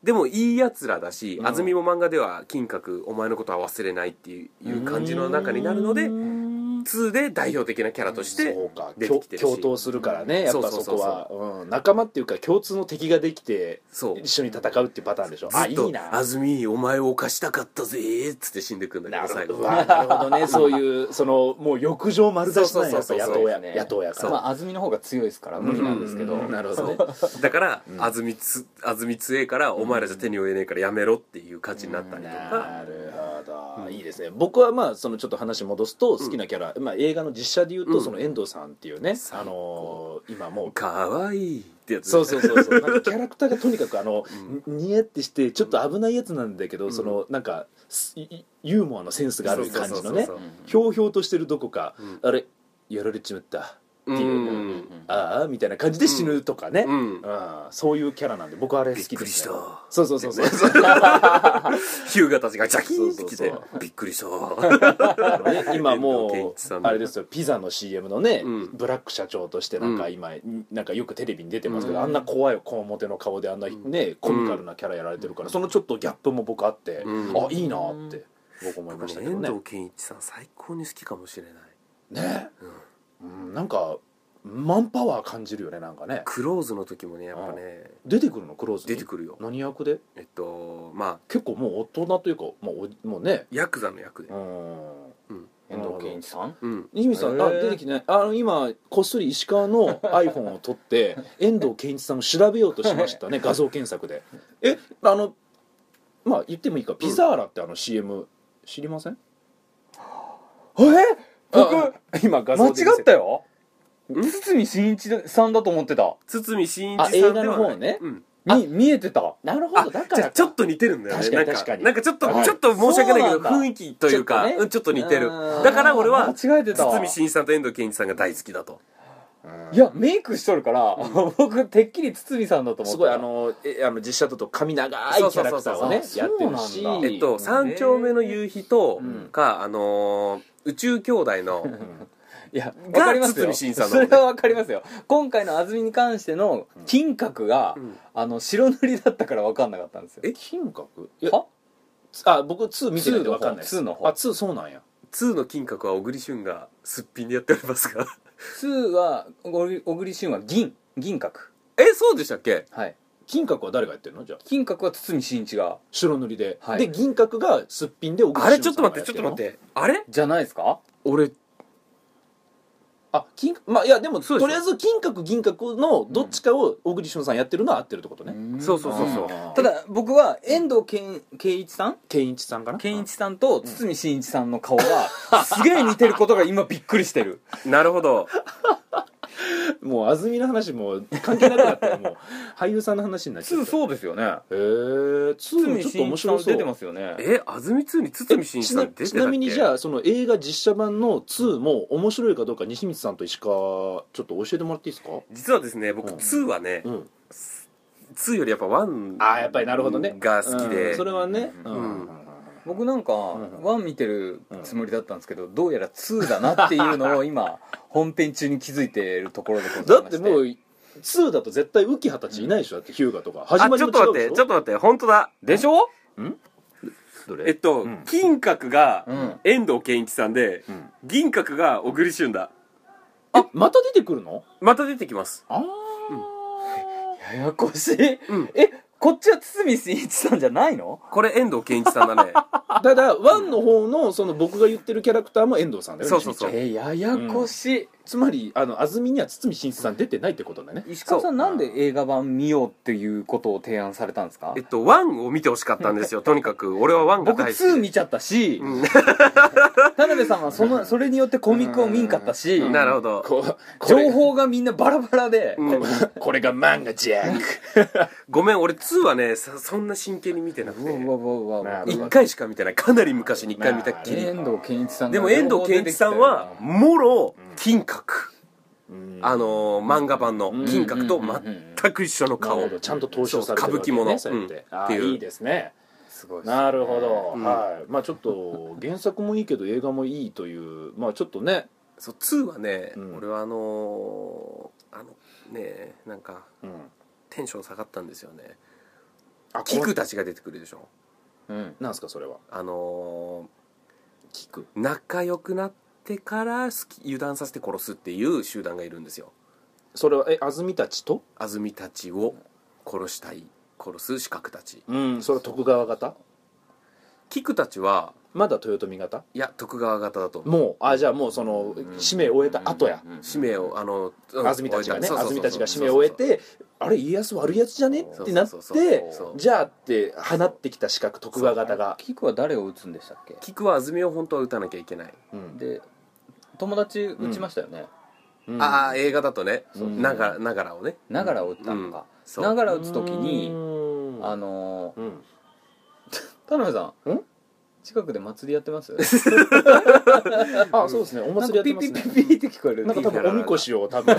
Speaker 1: でもいいやつらだし安住も漫画では金閣お前のことは忘れないっていう感じの中になるので2で代表的なキャラとして
Speaker 3: そうか
Speaker 1: 出てきてるし
Speaker 3: 共共闘するからねやっぱ
Speaker 1: そう
Speaker 3: そ
Speaker 1: そうそうそう
Speaker 3: こはうん仲間っていうか共通の敵ができて
Speaker 1: そう
Speaker 3: 一緒に戦うっていうパターンでしょ
Speaker 1: ず
Speaker 3: あ
Speaker 1: っ
Speaker 3: い
Speaker 1: と「
Speaker 3: いな
Speaker 1: 安住お前を犯したかったぜ」っつって死んでくんだ
Speaker 3: な
Speaker 1: けど最
Speaker 3: る
Speaker 1: 後
Speaker 3: うわなるほどねそういうそのもう浴場丸出しなんや
Speaker 1: そ
Speaker 3: や
Speaker 1: うそう
Speaker 3: っぱ
Speaker 1: そう
Speaker 3: 野
Speaker 1: そう
Speaker 3: 党や
Speaker 2: ね
Speaker 3: 野党やか
Speaker 2: ま
Speaker 3: ら
Speaker 2: あ安住の方が強いですから無理なんですけど、
Speaker 3: なるほどね
Speaker 1: だから安住つ安住強えからお前らじゃ手に負えねえからやめろっていう感じになったりと
Speaker 3: な
Speaker 1: か
Speaker 3: るほどいいですね僕はまあそのちょっと話戻すと好きなキャラ、まあ、映画の実写でいうと、
Speaker 1: うん
Speaker 3: その遠藤さんっていうね、あのー今も
Speaker 1: 「
Speaker 3: う
Speaker 1: かわいい」ってやつ
Speaker 3: そうそうそうそうなんかキャラクターがとにかくあの、にやってしてちょっと危ないやつなんだけど、そのなんかすいユーモアのセンスがある感
Speaker 1: そう
Speaker 3: じのね
Speaker 1: そうそうそう
Speaker 3: ひょうひょうとしてるどこか、あれやられちまった
Speaker 1: う
Speaker 3: っていうんああみたいな感じで死ぬとかね、
Speaker 1: うんうん
Speaker 3: あーそういうキャラなんで僕あれ好き
Speaker 1: びっく
Speaker 3: で
Speaker 1: り
Speaker 3: す
Speaker 1: し
Speaker 3: ね
Speaker 1: た
Speaker 3: そうそうそうそう
Speaker 1: ヒューガたちがジャキーンってき
Speaker 3: そう
Speaker 1: て
Speaker 3: そう
Speaker 1: びっくりした
Speaker 3: 今
Speaker 1: 遠藤
Speaker 3: も
Speaker 1: 憲一さん
Speaker 3: う
Speaker 1: の
Speaker 3: あれですよピザの CM のね、
Speaker 1: うん
Speaker 3: ブラック社長としてなんか
Speaker 1: うん
Speaker 3: 今、なんかよくテレビに出てますけど、
Speaker 2: うん
Speaker 3: あんな怖いこわもての顔であんなね、コミカルなキャラやられてるから、そのちょっとギャップも僕あって、
Speaker 1: うん
Speaker 3: あいいなって僕思いましたけど
Speaker 1: 遠
Speaker 3: ね
Speaker 1: 藤憲一さん最高に好きかもしれない
Speaker 3: ね、うん、なんかマンパワー感じるよねなんかね
Speaker 1: クローズの時もねやっぱね
Speaker 3: 出てくるのクローズに
Speaker 1: 出てくるよ
Speaker 3: 何役で
Speaker 1: えっとまあ
Speaker 3: 結構もう大人というか、まあ、おもうね
Speaker 1: ヤクザの役で
Speaker 3: うん
Speaker 1: うん
Speaker 2: 遠藤憲一さん
Speaker 1: うん
Speaker 3: 西水さんあ
Speaker 2: へー
Speaker 3: 出てきてないあの今こっそり石川の iPhone を取って遠藤憲一さんを調べようとしましたね画像検索でえあのまあ言ってもいいかピザーラってあの CM 知りません
Speaker 2: え
Speaker 3: あ今画像
Speaker 2: 間違
Speaker 3: で見せ
Speaker 2: ったよ堤真一さんだと思ってた
Speaker 1: 堤真一さんではない
Speaker 3: あ映画の方ね
Speaker 1: うん
Speaker 2: み見えてた
Speaker 3: なるほ
Speaker 1: あ
Speaker 3: どだか
Speaker 1: じ
Speaker 3: ら
Speaker 1: ゃあ
Speaker 3: か
Speaker 1: ちょっと似てるんだよね
Speaker 3: 確かに
Speaker 1: なん
Speaker 3: 確かに
Speaker 1: なんかちょっと、
Speaker 3: はい
Speaker 1: ちょっと申し訳ないけ
Speaker 2: そ
Speaker 1: ど
Speaker 2: うなんだ
Speaker 1: 雰囲気というか
Speaker 2: ちょっとね
Speaker 1: うんちょっと似てる
Speaker 2: うん
Speaker 1: だから俺は
Speaker 2: 間違えてたわ
Speaker 1: 堤真一さんと遠藤憲一さんが大好きだと
Speaker 2: いやメイクしとるから、僕てっきり堤さんだと思ってた
Speaker 3: すごいあのえあの実写だと髪長いキャラクターをね
Speaker 2: そう
Speaker 3: や
Speaker 2: そうそうそう
Speaker 3: ってるし
Speaker 2: そうなんだ
Speaker 1: えっと「三丁目の夕日」と
Speaker 2: ん
Speaker 1: か、あのー宇宙兄弟の
Speaker 2: いや
Speaker 1: が
Speaker 2: わかりますよ
Speaker 1: 堤真一さんだ
Speaker 2: そ
Speaker 1: もん
Speaker 2: れ
Speaker 1: ね
Speaker 2: はわかりますよ今回の安住に関しての金閣が、
Speaker 1: うん
Speaker 2: あの白塗りだったから分かんなかったんですよ
Speaker 1: え
Speaker 3: 金閣いや
Speaker 2: は
Speaker 3: あ僕2見てないんでわかんない
Speaker 2: 2の方
Speaker 3: あ2そうなんや
Speaker 1: 2の金閣は小栗旬がすっぴんでやっておりますが
Speaker 2: 2は小栗小栗旬は銀銀閣
Speaker 1: えそうでしたっけ
Speaker 2: はい
Speaker 3: 金閣は誰がやってるのじゃあ
Speaker 2: 金閣は堤真一が
Speaker 3: 白塗りで、
Speaker 2: はい
Speaker 3: で銀閣がすっぴんで小栗
Speaker 1: あれちょっと
Speaker 3: 旬さん
Speaker 1: 待っ
Speaker 3: がや
Speaker 1: てちょっ
Speaker 3: る
Speaker 1: と
Speaker 3: の
Speaker 1: 待ってあれ
Speaker 2: じゃないですか
Speaker 1: 俺
Speaker 3: あ金まあいやでも
Speaker 1: そうでしょ
Speaker 3: とりあえず金閣銀閣のどっちかを小栗旬さんやってるのは合ってるってことね、
Speaker 1: そうそうそうそう
Speaker 2: ただ僕は遠藤健健一さん
Speaker 3: 健一さんかな
Speaker 2: 健一さんと堤真一さんの顔がすげえ似てることが今びっくりしてる
Speaker 1: なるほど
Speaker 3: もう安住の話もう関係なくなったらもう俳優さんの話になっちゃ
Speaker 2: 2
Speaker 3: って
Speaker 2: そうですよね
Speaker 3: へえ2も
Speaker 2: 堤
Speaker 3: ちょっと
Speaker 2: 真一
Speaker 3: 面
Speaker 2: さん
Speaker 3: 白そ
Speaker 2: 出て
Speaker 3: う
Speaker 2: ますよね
Speaker 1: え安住2に
Speaker 3: え
Speaker 1: 堤真一
Speaker 3: ち
Speaker 1: さ
Speaker 3: なん
Speaker 1: 出てたっけ
Speaker 3: ちなみにじゃあその映画実写版の2も面白いかどうか西光さんと石川ちょっと教えてもらっていいですか
Speaker 1: 実はですね僕
Speaker 3: うん
Speaker 1: 2はね、
Speaker 3: うん
Speaker 1: 2よりやっぱ1
Speaker 3: あーやっぱりなるほどね
Speaker 1: が好きで、
Speaker 3: うんそれはね
Speaker 2: うん
Speaker 3: うん
Speaker 2: 僕なんか
Speaker 3: ん
Speaker 2: 1見てるつもりだったんですけどどうやら2だなっていうのを今本編中に気づいているところでござい
Speaker 3: だっ
Speaker 2: まして
Speaker 3: てもう2だと絶対浮き二十歳いないでしょだって日向とか始
Speaker 1: あ
Speaker 3: まり
Speaker 1: ちょ
Speaker 3: も違
Speaker 1: っ
Speaker 3: う
Speaker 1: と待っ
Speaker 3: で
Speaker 1: て
Speaker 3: しょ
Speaker 1: ちょっと待って本当だでしょ
Speaker 3: ど
Speaker 1: えっ
Speaker 3: れ
Speaker 1: と、
Speaker 3: うん
Speaker 1: 金閣が
Speaker 2: うん
Speaker 1: 遠藤憲一さんで、
Speaker 3: うん
Speaker 1: 銀閣が小栗旬だ
Speaker 3: あまた出てくるの
Speaker 1: また出てきます
Speaker 3: ああ
Speaker 2: ややこしい、
Speaker 1: うん
Speaker 2: えこっちは堤真一さんじゃないの
Speaker 1: これ遠藤憲一さんだ ね
Speaker 3: ただワンの方のその僕が言ってるキャラクターも遠藤さんだよね
Speaker 1: そうそうそう
Speaker 2: えややこしい、
Speaker 3: つまりあの安住には堤真一さん出てないってことだね
Speaker 2: 石川さんなんで映画版見ようっていうことを提案されたんですか
Speaker 1: えっと1を見てほしかったんですよとにかく俺は1が
Speaker 2: 僕
Speaker 1: 大好き
Speaker 2: 2見ちゃったし、
Speaker 1: うん
Speaker 2: 田辺さんはそのそれによってコミックを見んかったし、
Speaker 1: なるほど
Speaker 3: こうこれ
Speaker 2: 情報がみんなバラバラで、
Speaker 1: うん
Speaker 3: これが漫画ジャンク
Speaker 1: ごめん俺2はねそそんな真剣に見てなく
Speaker 2: う
Speaker 1: て
Speaker 2: わうわうわうわ
Speaker 3: なるほど
Speaker 1: 1回しか見てないかなり昔に1回見たっきり
Speaker 2: 遠藤健一さんが
Speaker 1: でも遠藤憲一さんはもろ金閣、あのー漫画版の金閣と全く一緒の
Speaker 3: なる
Speaker 1: 顔
Speaker 3: ほどちゃんと投資されてるわけ、
Speaker 1: そう
Speaker 3: ね、
Speaker 1: 歌舞伎もの
Speaker 3: そうやって,、
Speaker 1: うん
Speaker 3: あ
Speaker 1: っ
Speaker 3: あ
Speaker 1: ていう
Speaker 3: いいですね
Speaker 2: すごいですね
Speaker 3: なるほど、
Speaker 1: うん
Speaker 3: はいまあちょっと原作もいいけど映画もいいというまあちょっとね、
Speaker 1: そう2はね、
Speaker 3: うん
Speaker 1: 俺はあのーあのねなんか
Speaker 3: うん、
Speaker 1: テンション下がったんですよね
Speaker 3: あ
Speaker 1: キ
Speaker 3: こ
Speaker 1: クたちが出てくるでしょ
Speaker 2: うん
Speaker 3: なんすかそれは
Speaker 1: あの
Speaker 3: 聞く
Speaker 1: ー仲良くなってから好き油断させて殺すっていう集団がいるんですよ
Speaker 3: それはえ安住たちと
Speaker 1: 安住たちを殺したい殺す刺客たち
Speaker 3: うんそれは徳川型
Speaker 1: キクたちは
Speaker 3: まだ豊臣型
Speaker 1: いや徳川方だと思う
Speaker 3: もうあじゃあもうその使命を終えた後や、
Speaker 1: 使命をあのうん
Speaker 3: 安住たちがね
Speaker 1: そうそう
Speaker 3: 安
Speaker 1: そう
Speaker 3: 住たちが使命を終えてあれ家康悪いやつじゃね
Speaker 1: そう
Speaker 3: ってなっ
Speaker 1: そうそう
Speaker 3: て
Speaker 1: そう
Speaker 3: じゃあって放ってきた資格徳川方が
Speaker 2: キクは誰を打つんでしたっけ
Speaker 1: キクは安住を本当は撃たなきゃいけない、
Speaker 3: うん
Speaker 2: で友達打ちましたよね、
Speaker 3: うん
Speaker 1: ああ映画だとね
Speaker 3: うん
Speaker 1: ながらながらをね
Speaker 2: ながらを打ったのか、
Speaker 1: そう
Speaker 2: ながらを打つ時
Speaker 3: う
Speaker 2: に
Speaker 3: ん
Speaker 2: あのー
Speaker 3: うん
Speaker 2: 田辺さん
Speaker 3: ん
Speaker 2: 近くで祭りやってます
Speaker 3: あそうですねお
Speaker 2: なん
Speaker 3: 祭り
Speaker 2: か
Speaker 3: やって
Speaker 2: ピ
Speaker 3: ま
Speaker 2: ピ
Speaker 3: すね
Speaker 2: ピピピって聞こえる
Speaker 3: なんか多分おみこしを多分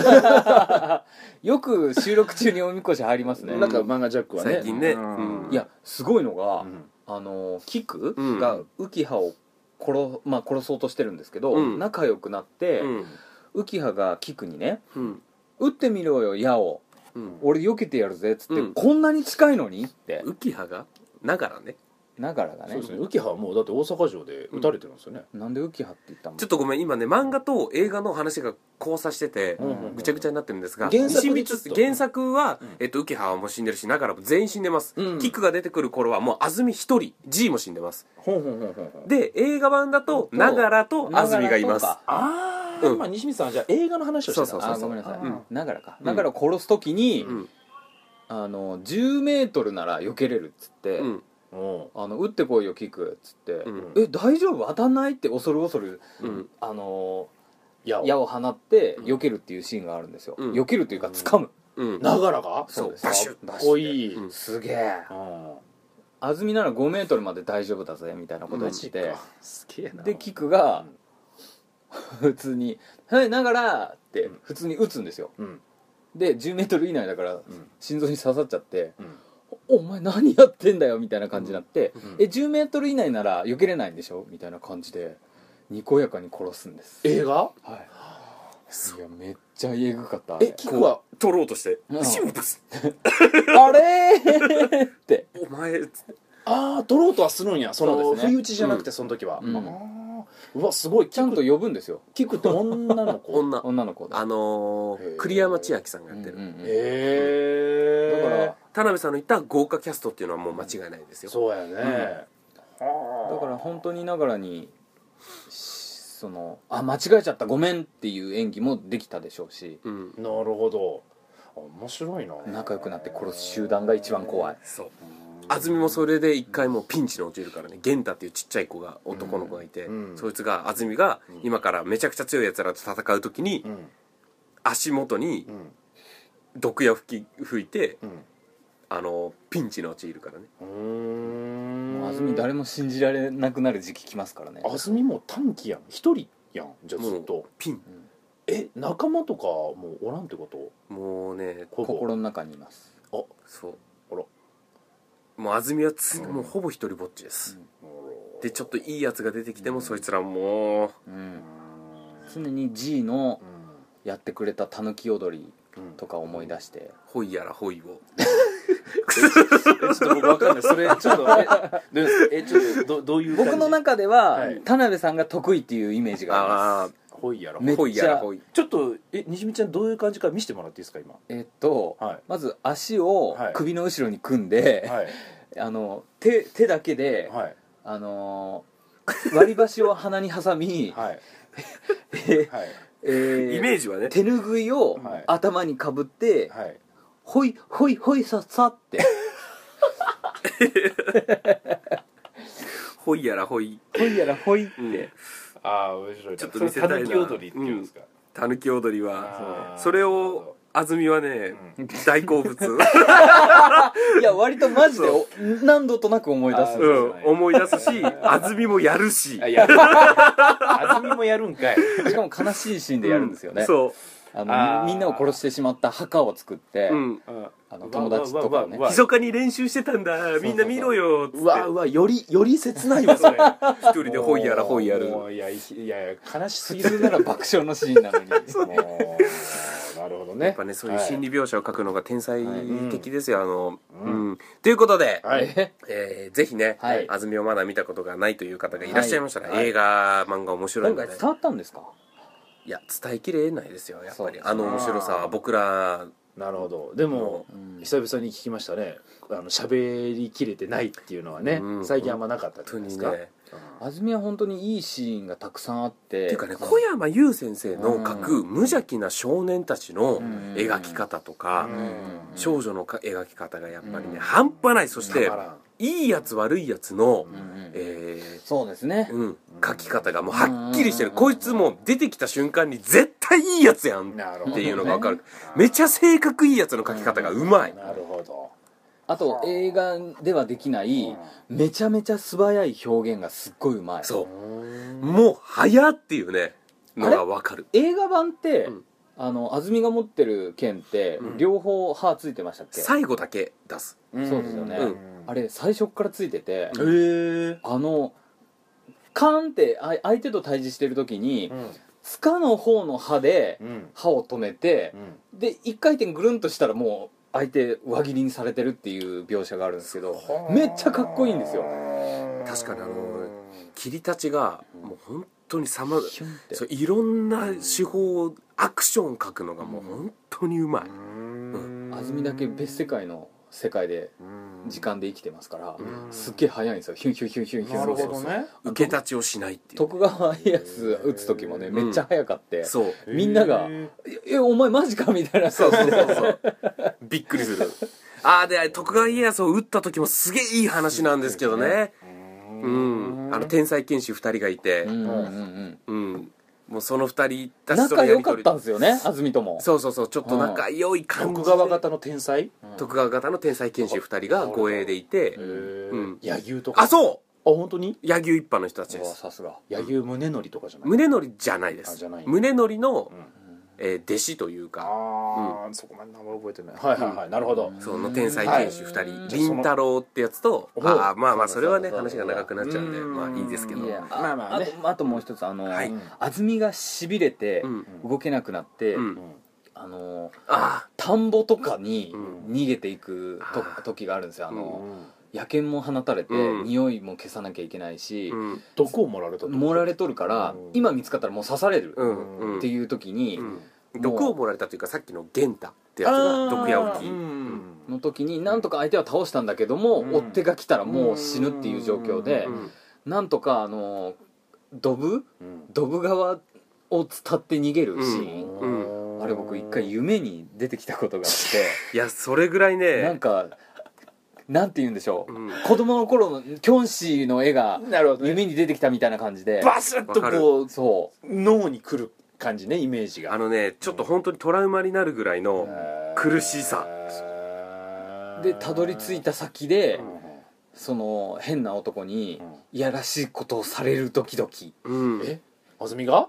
Speaker 2: よく収録中におみこし入りますね
Speaker 3: なんか漫画ジャックはね
Speaker 1: 最近ね
Speaker 3: うん
Speaker 1: うん
Speaker 2: いやすごいのが、
Speaker 3: うん
Speaker 2: あのキク
Speaker 1: うん
Speaker 2: がウキハを殺,、まあ、殺そうとしてるんですけど、
Speaker 1: うん
Speaker 2: 仲良くなって、
Speaker 1: うん
Speaker 2: ウキハがキクにね
Speaker 1: うん
Speaker 2: 「撃ってみろよ矢を
Speaker 1: うん
Speaker 2: 俺避けてやるぜ」っつって、
Speaker 1: うん
Speaker 2: こんなに近いのに?」って
Speaker 1: 浮き葉がながらね
Speaker 2: ながらが
Speaker 3: そう
Speaker 2: ね
Speaker 3: ですね浮葉はもうだって大阪城で撃たれてるんですよね
Speaker 2: なんでウキハって言ったの
Speaker 1: ちょっとごめん今ね漫画と映画の話が交差してて
Speaker 3: うんうんうん
Speaker 1: ぐちゃぐちゃになってるんですが
Speaker 3: 原作
Speaker 1: 西
Speaker 3: でちょっと
Speaker 1: 光原作は、えっと、浮葉はもう死んでるしながらも全員死んでます、
Speaker 3: うん
Speaker 1: キクが出てくる頃はもう安住一人 G も死んでます
Speaker 3: ほんほんほんほんほん
Speaker 1: で映画版だとながらと安住がいます
Speaker 2: ながらとか
Speaker 3: あ
Speaker 1: う
Speaker 3: あ
Speaker 1: ん
Speaker 3: まあ西光さんはじゃあ映画の話をしてたんです
Speaker 1: そう
Speaker 2: あ
Speaker 1: そう
Speaker 2: ごめんなさい、
Speaker 3: うん
Speaker 2: ながらかながらを殺す時に、
Speaker 1: うん
Speaker 2: あの10メートルなら避けれるっつって、
Speaker 1: うん
Speaker 3: うん
Speaker 2: あの撃ってこいよキクっつって、
Speaker 1: うん
Speaker 2: え大丈夫当たんないって恐る恐る
Speaker 1: うん
Speaker 2: あの
Speaker 3: いや
Speaker 2: 矢を放って
Speaker 1: うん
Speaker 2: 避けるっていうシーンがあるんですよ、
Speaker 1: うん
Speaker 2: 避けるというか掴む、
Speaker 1: うん
Speaker 3: ながらが
Speaker 1: そう
Speaker 2: そうです
Speaker 1: バシュッ
Speaker 3: かっこいい
Speaker 1: うん
Speaker 2: すげえ
Speaker 3: うん
Speaker 2: 安住なら5メートルまで大丈夫だぜみたいなことを言
Speaker 1: マ
Speaker 2: っ
Speaker 1: ジ
Speaker 2: て、
Speaker 3: すげえな
Speaker 2: でキクが普通に「はいながら」って普通に打つんですよ
Speaker 3: うん
Speaker 2: で1 0ル以内だから
Speaker 3: ん
Speaker 2: 心臓に刺さっちゃって
Speaker 3: う
Speaker 2: 「お
Speaker 3: ん
Speaker 2: お前何やってんだよ」みたいな感じになって
Speaker 3: ん
Speaker 2: 「え10メートル以内なら避けれないんでしょ?」みたいな感じでにこやかに殺すんです
Speaker 3: 映画
Speaker 2: はいいやめっちゃえぐかったあれ
Speaker 3: えキクは
Speaker 1: 取ろうとして
Speaker 2: うん
Speaker 1: シュンプス
Speaker 2: あれーって
Speaker 1: お前
Speaker 3: ああ取ろうとはするんやそ
Speaker 2: そう
Speaker 3: の
Speaker 2: ですね
Speaker 3: 不意打ちじゃなくてその時はあ
Speaker 2: うん
Speaker 3: ーうわすごい
Speaker 2: ちゃんと呼ぶんですよ
Speaker 3: キクって 女の子
Speaker 1: 女
Speaker 2: 女の子で
Speaker 1: あの
Speaker 3: へ
Speaker 1: ー、
Speaker 3: ー
Speaker 1: 栗山千明さんがやってる、
Speaker 2: うんうんうん
Speaker 3: へえ
Speaker 2: だから
Speaker 1: 田辺さんの言った豪華キャストっていうのはもう間違いないですよ、
Speaker 3: そうやね
Speaker 2: だから本当にながらにしそのあ間違えちゃったごめんっていう演技もできたでしょうし
Speaker 1: うん、
Speaker 3: なるほどあ面白いな
Speaker 2: 仲良くなって殺す集団が一番怖い
Speaker 1: そう安住もそれで一回もうピンチに陥るからね源太っていうちっちゃい子が男の子がいて、
Speaker 3: うん
Speaker 1: そいつが安住が今からめちゃくちゃ強いやつらと戦う時に、
Speaker 3: うん
Speaker 1: 足元に
Speaker 4: ん
Speaker 1: 毒矢吹き吹いて、
Speaker 4: ん
Speaker 1: あのピンチに陥るからね
Speaker 4: うん
Speaker 2: もう安住誰も信じられなくなる時期来ますからね
Speaker 3: 安住も短期やん一人やんじゃあずっ
Speaker 1: もう
Speaker 3: と
Speaker 1: ピン
Speaker 3: え仲間とかもうおらんってこと
Speaker 1: もうね
Speaker 3: ほぼ
Speaker 2: 心の中にいます
Speaker 1: そう
Speaker 3: あら
Speaker 1: もう安住はつ、もうほぼ一人ぼっちです、でちょっといいやつが出てきても、そいつらもう
Speaker 2: うん常に G のやってくれたたぬき踊りとか思い出して
Speaker 1: ほいやらほいを
Speaker 3: えちょっと僕わかんな いそれちょっとえどうですかえちょっとどどういう感じ
Speaker 2: 僕の中では、
Speaker 3: はい
Speaker 2: 田辺さんが得意っていうイメージがあ
Speaker 1: あ
Speaker 2: りま
Speaker 3: ほいやろ
Speaker 2: め
Speaker 1: あ
Speaker 2: っ
Speaker 1: ほいやらほい
Speaker 3: ちょっとえにじみちゃんどういう感じか見せてもらっていいですか今
Speaker 2: すえっと、
Speaker 3: はい
Speaker 2: まず足を
Speaker 3: はい
Speaker 2: 首の後ろに組んで、
Speaker 3: はい
Speaker 2: あの手手だけで、
Speaker 3: はい
Speaker 2: あのー割り箸を鼻に挟み、
Speaker 3: はい
Speaker 2: え
Speaker 3: はい
Speaker 2: ー
Speaker 1: イメージはね
Speaker 2: 手ぬぐいを
Speaker 3: はい
Speaker 2: 頭にかぶって、
Speaker 3: はい
Speaker 2: ほいほいほいさっさって
Speaker 1: ほいやらほい
Speaker 2: ほいやらほいって、
Speaker 1: うん
Speaker 3: ああ面白い
Speaker 1: ちょっと見せたいな
Speaker 3: それ狸踊りっていうんですか
Speaker 1: たぬき踊り
Speaker 3: あ
Speaker 1: は
Speaker 3: ー
Speaker 1: それを安住はね、大好 物、
Speaker 2: いや割とマジでお何度となく思い出す
Speaker 3: あ
Speaker 2: ん
Speaker 3: ー
Speaker 2: で
Speaker 1: う
Speaker 2: す
Speaker 3: そ
Speaker 1: ん、思い出すし安住もやるし
Speaker 3: あ やる安住もやるんかい
Speaker 2: しかも悲しいシーンでやるんですよね、
Speaker 1: うそ
Speaker 2: あの
Speaker 3: あー
Speaker 2: みみんなを殺してしまった墓を作って、
Speaker 1: う、うん、
Speaker 2: あの友達とかをね
Speaker 3: うわうわうわうわ
Speaker 1: 密かに練習してたんだみんな見ろよっつ
Speaker 3: う
Speaker 1: っ
Speaker 3: わうわよりより切ないわそれ
Speaker 1: て一人でほいやらほいやる
Speaker 3: もういやいやいや悲しす
Speaker 2: 普
Speaker 3: ぎる
Speaker 2: 通なら爆笑のシーンなのに
Speaker 3: もう なるほどね
Speaker 1: やっぱねそういう心
Speaker 3: 理
Speaker 1: 理描写を書くのが天才的ですよ、あの
Speaker 3: う
Speaker 1: うん、ということで、
Speaker 3: はい
Speaker 1: えーぜひね、
Speaker 2: はい
Speaker 1: 安住をまだ見たことがないという方がいらっしゃいましたら、
Speaker 3: はい
Speaker 1: 映画漫画面白いの
Speaker 2: 今
Speaker 1: で
Speaker 2: 回伝わったんですか
Speaker 1: いや伝えきれないですよやっ
Speaker 2: そ
Speaker 1: ぱ
Speaker 2: う
Speaker 1: り
Speaker 2: ですね
Speaker 1: あの面白さは僕ら
Speaker 3: なるほどでも
Speaker 2: ん
Speaker 3: 久々に聞きましたねあの喋りきれてないっていうのはね
Speaker 1: うん
Speaker 3: 最近あんまなかったじゃ
Speaker 1: 本当
Speaker 3: ないで
Speaker 1: に
Speaker 3: すか
Speaker 1: ね
Speaker 2: 安住は本当にいいシーンがたくさんあって
Speaker 1: っていうかね小山優先生の書く
Speaker 2: う
Speaker 1: 無邪気な少年たちの
Speaker 2: ん
Speaker 1: 描き方とか
Speaker 3: うん
Speaker 1: 少女のか描き方がやっぱり
Speaker 2: う
Speaker 1: ね
Speaker 2: ん
Speaker 1: 半端ないそして
Speaker 3: たまらん
Speaker 1: いいやつ悪いやつの
Speaker 2: うんうん
Speaker 1: え
Speaker 2: そうですね
Speaker 1: ー、うん書き方がもうはっきりしてる
Speaker 2: うん
Speaker 1: こいつもう出てきた瞬間に絶対いいやつやん
Speaker 3: な
Speaker 1: っ
Speaker 3: るほ
Speaker 1: て
Speaker 3: ど
Speaker 1: いうのが分かる
Speaker 2: ね
Speaker 1: めちゃ性格いいやつの書き方がうまい
Speaker 3: なるほど
Speaker 2: あと映画ではできないめちゃめちゃ素早い表現がすっごいうまい
Speaker 1: そうもう早っていうねのが分かる
Speaker 2: 映画版って、
Speaker 1: うん
Speaker 2: あの安住が持ってる剣って、両方歯ついてましたっけ
Speaker 1: 最後だけ出す
Speaker 2: そうですよね、
Speaker 1: うん
Speaker 2: あれ最初っからついてて、
Speaker 3: へえ
Speaker 2: あのカーンってあ相手と対峙してる時に、つかの方の歯で
Speaker 3: うん
Speaker 2: 歯を止めて、で一回転ぐるんとしたらもう相手輪切りにされてるっていう描写があるんですけどめっちゃかっこいいんですよ
Speaker 1: 確かにあの霧立ちがもう本当にさま
Speaker 2: ヒュンって
Speaker 1: そういろんな手法アクション書くのがもう本当にうまい、
Speaker 2: 安住だけ別世界の世界で時間で生きてますから、すっげえ早いんですよヒュンヒュンヒュンヒュンヒュン
Speaker 3: なるほどね
Speaker 1: 受け立ちをしないっていう
Speaker 2: 徳川家康打つ時もね
Speaker 1: ん
Speaker 2: めっちゃ早かって、
Speaker 1: そう
Speaker 2: みんなが
Speaker 3: へ
Speaker 2: 「えお前マジか」みたいな
Speaker 1: そうそうそうそうびっくりするああで徳川家康を撃った時もすげえいい話なんですけどねうんあの天才剣士2人がいて
Speaker 2: うんうんうん
Speaker 1: うん、もうその2人たちとの
Speaker 2: 仲
Speaker 1: や
Speaker 2: 良
Speaker 1: り
Speaker 2: か
Speaker 1: と
Speaker 2: っ
Speaker 1: り
Speaker 2: たんですよね安住とも
Speaker 1: そうそうそうちょっと仲良い感じで
Speaker 3: 徳川方の天才
Speaker 1: 徳川方の天才剣士2人が護衛でいて、うん
Speaker 3: 柳生とか
Speaker 1: あそう
Speaker 3: あ本当に
Speaker 1: 柳生一派の人たち
Speaker 2: う
Speaker 1: で
Speaker 2: わ
Speaker 1: す
Speaker 2: さすが
Speaker 3: 柳生宗則とかじゃない
Speaker 1: 宗則じゃないで
Speaker 3: あ
Speaker 1: す
Speaker 3: じゃない
Speaker 1: 宗則の、
Speaker 3: ん
Speaker 1: えー弟子というか
Speaker 3: ああそこまで名前覚えてないはいはいはいなるほど
Speaker 1: その天才剣士
Speaker 2: はい
Speaker 1: 2人凛太郎ってやつと
Speaker 3: おう
Speaker 1: ああまあまあそれはね
Speaker 2: そうだ
Speaker 1: 話
Speaker 2: そ
Speaker 1: が
Speaker 2: うだ
Speaker 1: 長くなっちゃうんで
Speaker 3: うん
Speaker 1: まあいいですけど
Speaker 2: いや
Speaker 3: まあまあね
Speaker 2: とあともう一つあの、
Speaker 1: はい
Speaker 2: 安住がしびれて
Speaker 1: うん
Speaker 2: 動けなくなって、
Speaker 1: うん
Speaker 2: あの
Speaker 1: あ
Speaker 2: 田んぼとかに
Speaker 1: うん
Speaker 2: 逃げていくと、
Speaker 1: あー
Speaker 2: 時があるんですよあの、
Speaker 3: うん
Speaker 2: 野犬も放たれて、
Speaker 1: うん
Speaker 2: 匂いも消さなきゃいけないし
Speaker 1: あう、ん
Speaker 3: 毒を盛られたと
Speaker 2: 盛られとるから、
Speaker 3: うん
Speaker 2: 今見つかったらもう刺される
Speaker 1: う
Speaker 2: っ
Speaker 1: んうん
Speaker 2: ていう時に、
Speaker 1: うん毒をもられたというかさっきの源太ってやつが毒矢をき
Speaker 3: うん
Speaker 2: の時になんとか相手は倒したんだけども、
Speaker 3: うん
Speaker 2: 追っ手が来たらもう死ぬっていう状況で、
Speaker 1: うん
Speaker 2: なんとかあのドブ
Speaker 3: うん
Speaker 2: ドブ川を伝って逃げるシーン、
Speaker 1: う
Speaker 2: あれ僕一回夢に出てきたことがあっ
Speaker 1: いやそれぐらい
Speaker 2: てなん
Speaker 1: ね
Speaker 2: かなんて言うんでしょう、
Speaker 1: うん
Speaker 2: 子供の頃のキョンシーの絵が
Speaker 3: なるほどね
Speaker 2: 夢に出てきたみたみたいな感じで
Speaker 3: バスッと
Speaker 1: わかる
Speaker 3: こう
Speaker 2: そ
Speaker 3: 脳に来る感じねイメージが
Speaker 1: あのねちょっと本当にトラウマになるぐらいの苦しさ
Speaker 2: でたどり着いた先で、その変な男にいやらしいことをされるドキドキ
Speaker 1: うん
Speaker 3: え安住が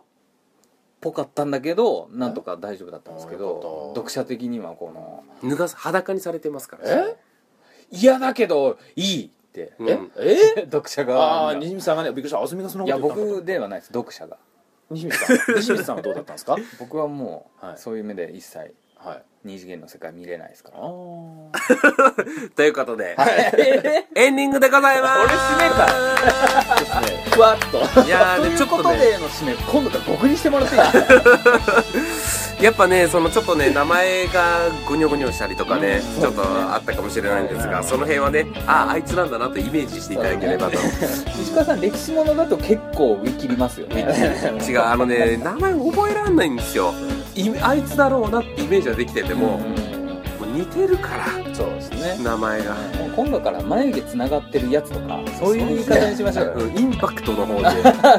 Speaker 2: ぽかったんだけどなんとか大丈夫だったんですけ
Speaker 3: あよか
Speaker 2: ど
Speaker 3: った
Speaker 2: 読者的にはこの
Speaker 1: 脱がす裸にされてますから
Speaker 3: え
Speaker 2: 「嫌だけどいい!」って
Speaker 1: う
Speaker 3: え
Speaker 1: ん
Speaker 3: え
Speaker 2: 読者
Speaker 3: ああ
Speaker 2: 側
Speaker 3: ー
Speaker 2: が
Speaker 3: 西見さんがねびっくりした安住がそんないこ
Speaker 2: や
Speaker 3: と言ったの
Speaker 2: 僕ではないです読者が
Speaker 3: 西見さん 西見さんはどうだったんですか
Speaker 2: 僕はも
Speaker 3: はいう
Speaker 2: そういう目で一切
Speaker 3: はい
Speaker 2: 二次元の世界見れないですか
Speaker 3: あ
Speaker 2: ら
Speaker 3: ー
Speaker 1: ということで、
Speaker 2: え
Speaker 1: エンディングでございます
Speaker 2: 俺締めたーふわっと
Speaker 1: いやー
Speaker 2: と
Speaker 1: で
Speaker 2: い
Speaker 1: ちょ
Speaker 2: う
Speaker 1: っとね
Speaker 2: ことでの締め今度から僕にしてもらっていいですか
Speaker 1: やっぱねそのちょっとね名前がゴニョゴニョしたりとかね、
Speaker 2: うん
Speaker 1: ちょっとあったかもしれないんですがその辺はねあああいつなんだなとイメージしていただければと、
Speaker 2: 石川さん歴史ものだと結構見切りますよね
Speaker 1: 違うあのね名前覚えられないんですよいあいつだろうなってイメージはできてても,、もう似てるから
Speaker 3: そうですね
Speaker 1: 名前が、
Speaker 2: もう今度から眉毛つながってるやつとかそういう言い方にしましょうよ
Speaker 1: うんインパクトの方で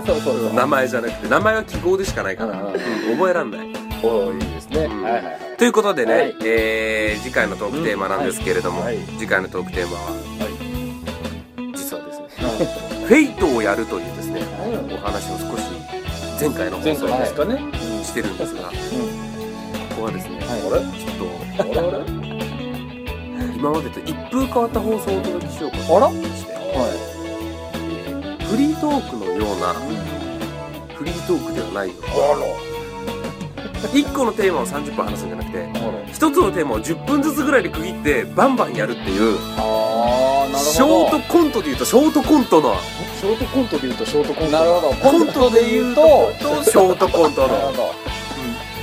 Speaker 2: そうそうそう
Speaker 1: 名前じゃなくて名前は記号でしかないから、
Speaker 2: うんう
Speaker 1: うん
Speaker 2: ん
Speaker 1: 覚えらんない
Speaker 3: おーいいですね、
Speaker 1: うん
Speaker 3: はいはいはい
Speaker 1: ということでね、
Speaker 3: はい
Speaker 1: えー次回のトークテーマなんですけれども、
Speaker 3: うんはい
Speaker 1: 次回のトークテーマは、実はですね「フェイトをやる」というですねお話を少し前回の放
Speaker 3: 前
Speaker 1: 送
Speaker 3: 回ですかね、
Speaker 1: にしてるんですが、ここはですね、
Speaker 3: はい
Speaker 1: ちょっ
Speaker 3: あれあれあ
Speaker 1: と
Speaker 3: れ
Speaker 1: 今までと一風変わった放送をお届けしようかと
Speaker 2: あら
Speaker 1: 思いまして
Speaker 2: は
Speaker 1: フリートークのようなフリートークではないよ1個のテーマを30分話すんじゃなくて1つのテーマを10分ずつぐらいで区切ってバンバンやるっていう
Speaker 2: ああなるほど
Speaker 1: ショートコントでいうとショートコントの
Speaker 3: ショートコントで言うとショートコント
Speaker 2: なるほどコントで言うと
Speaker 1: ショートコント
Speaker 2: なる
Speaker 1: の
Speaker 2: ほど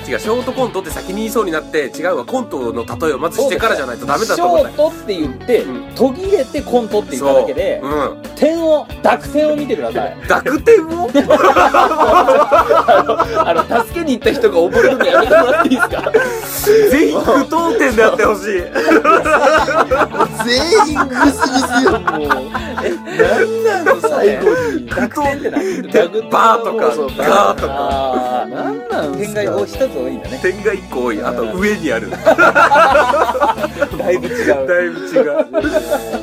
Speaker 1: 違うショートコントって先に言いそうになって違うわコントの例えをまずしてからじゃないとダメだと思
Speaker 2: シ
Speaker 1: った
Speaker 2: ョートって言って、
Speaker 1: う
Speaker 2: 途切れてコントって言っただけで、
Speaker 1: うん
Speaker 2: 点を濁点を見てください
Speaker 1: 濁点 を
Speaker 2: あの助けに行った人が溺れるのやめてもらっていいですか
Speaker 1: ぜひ句読点でやってほしい
Speaker 3: 全員グスグスよもう
Speaker 2: 何なの
Speaker 3: 最後に
Speaker 1: 濁点ってバーと
Speaker 3: そ
Speaker 1: かガ
Speaker 3: う
Speaker 1: ーとか
Speaker 2: あー
Speaker 3: 何なんす
Speaker 2: 点
Speaker 3: か
Speaker 2: がお一つ多いんだね
Speaker 1: 点が1個多いあと上に ある
Speaker 2: だいぶ違う
Speaker 1: だいぶ違う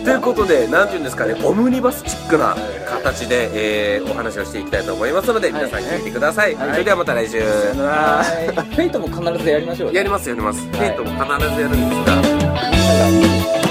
Speaker 1: ということで何て言うんですかねオムニバスチックな形で、えーお話をしていきたいと思いますので皆さん聞いてください、それではまた来週、
Speaker 2: はいフェイトも必ずやりましょうね
Speaker 1: やりますやります、デートも必ずやるんですが
Speaker 2: みんなが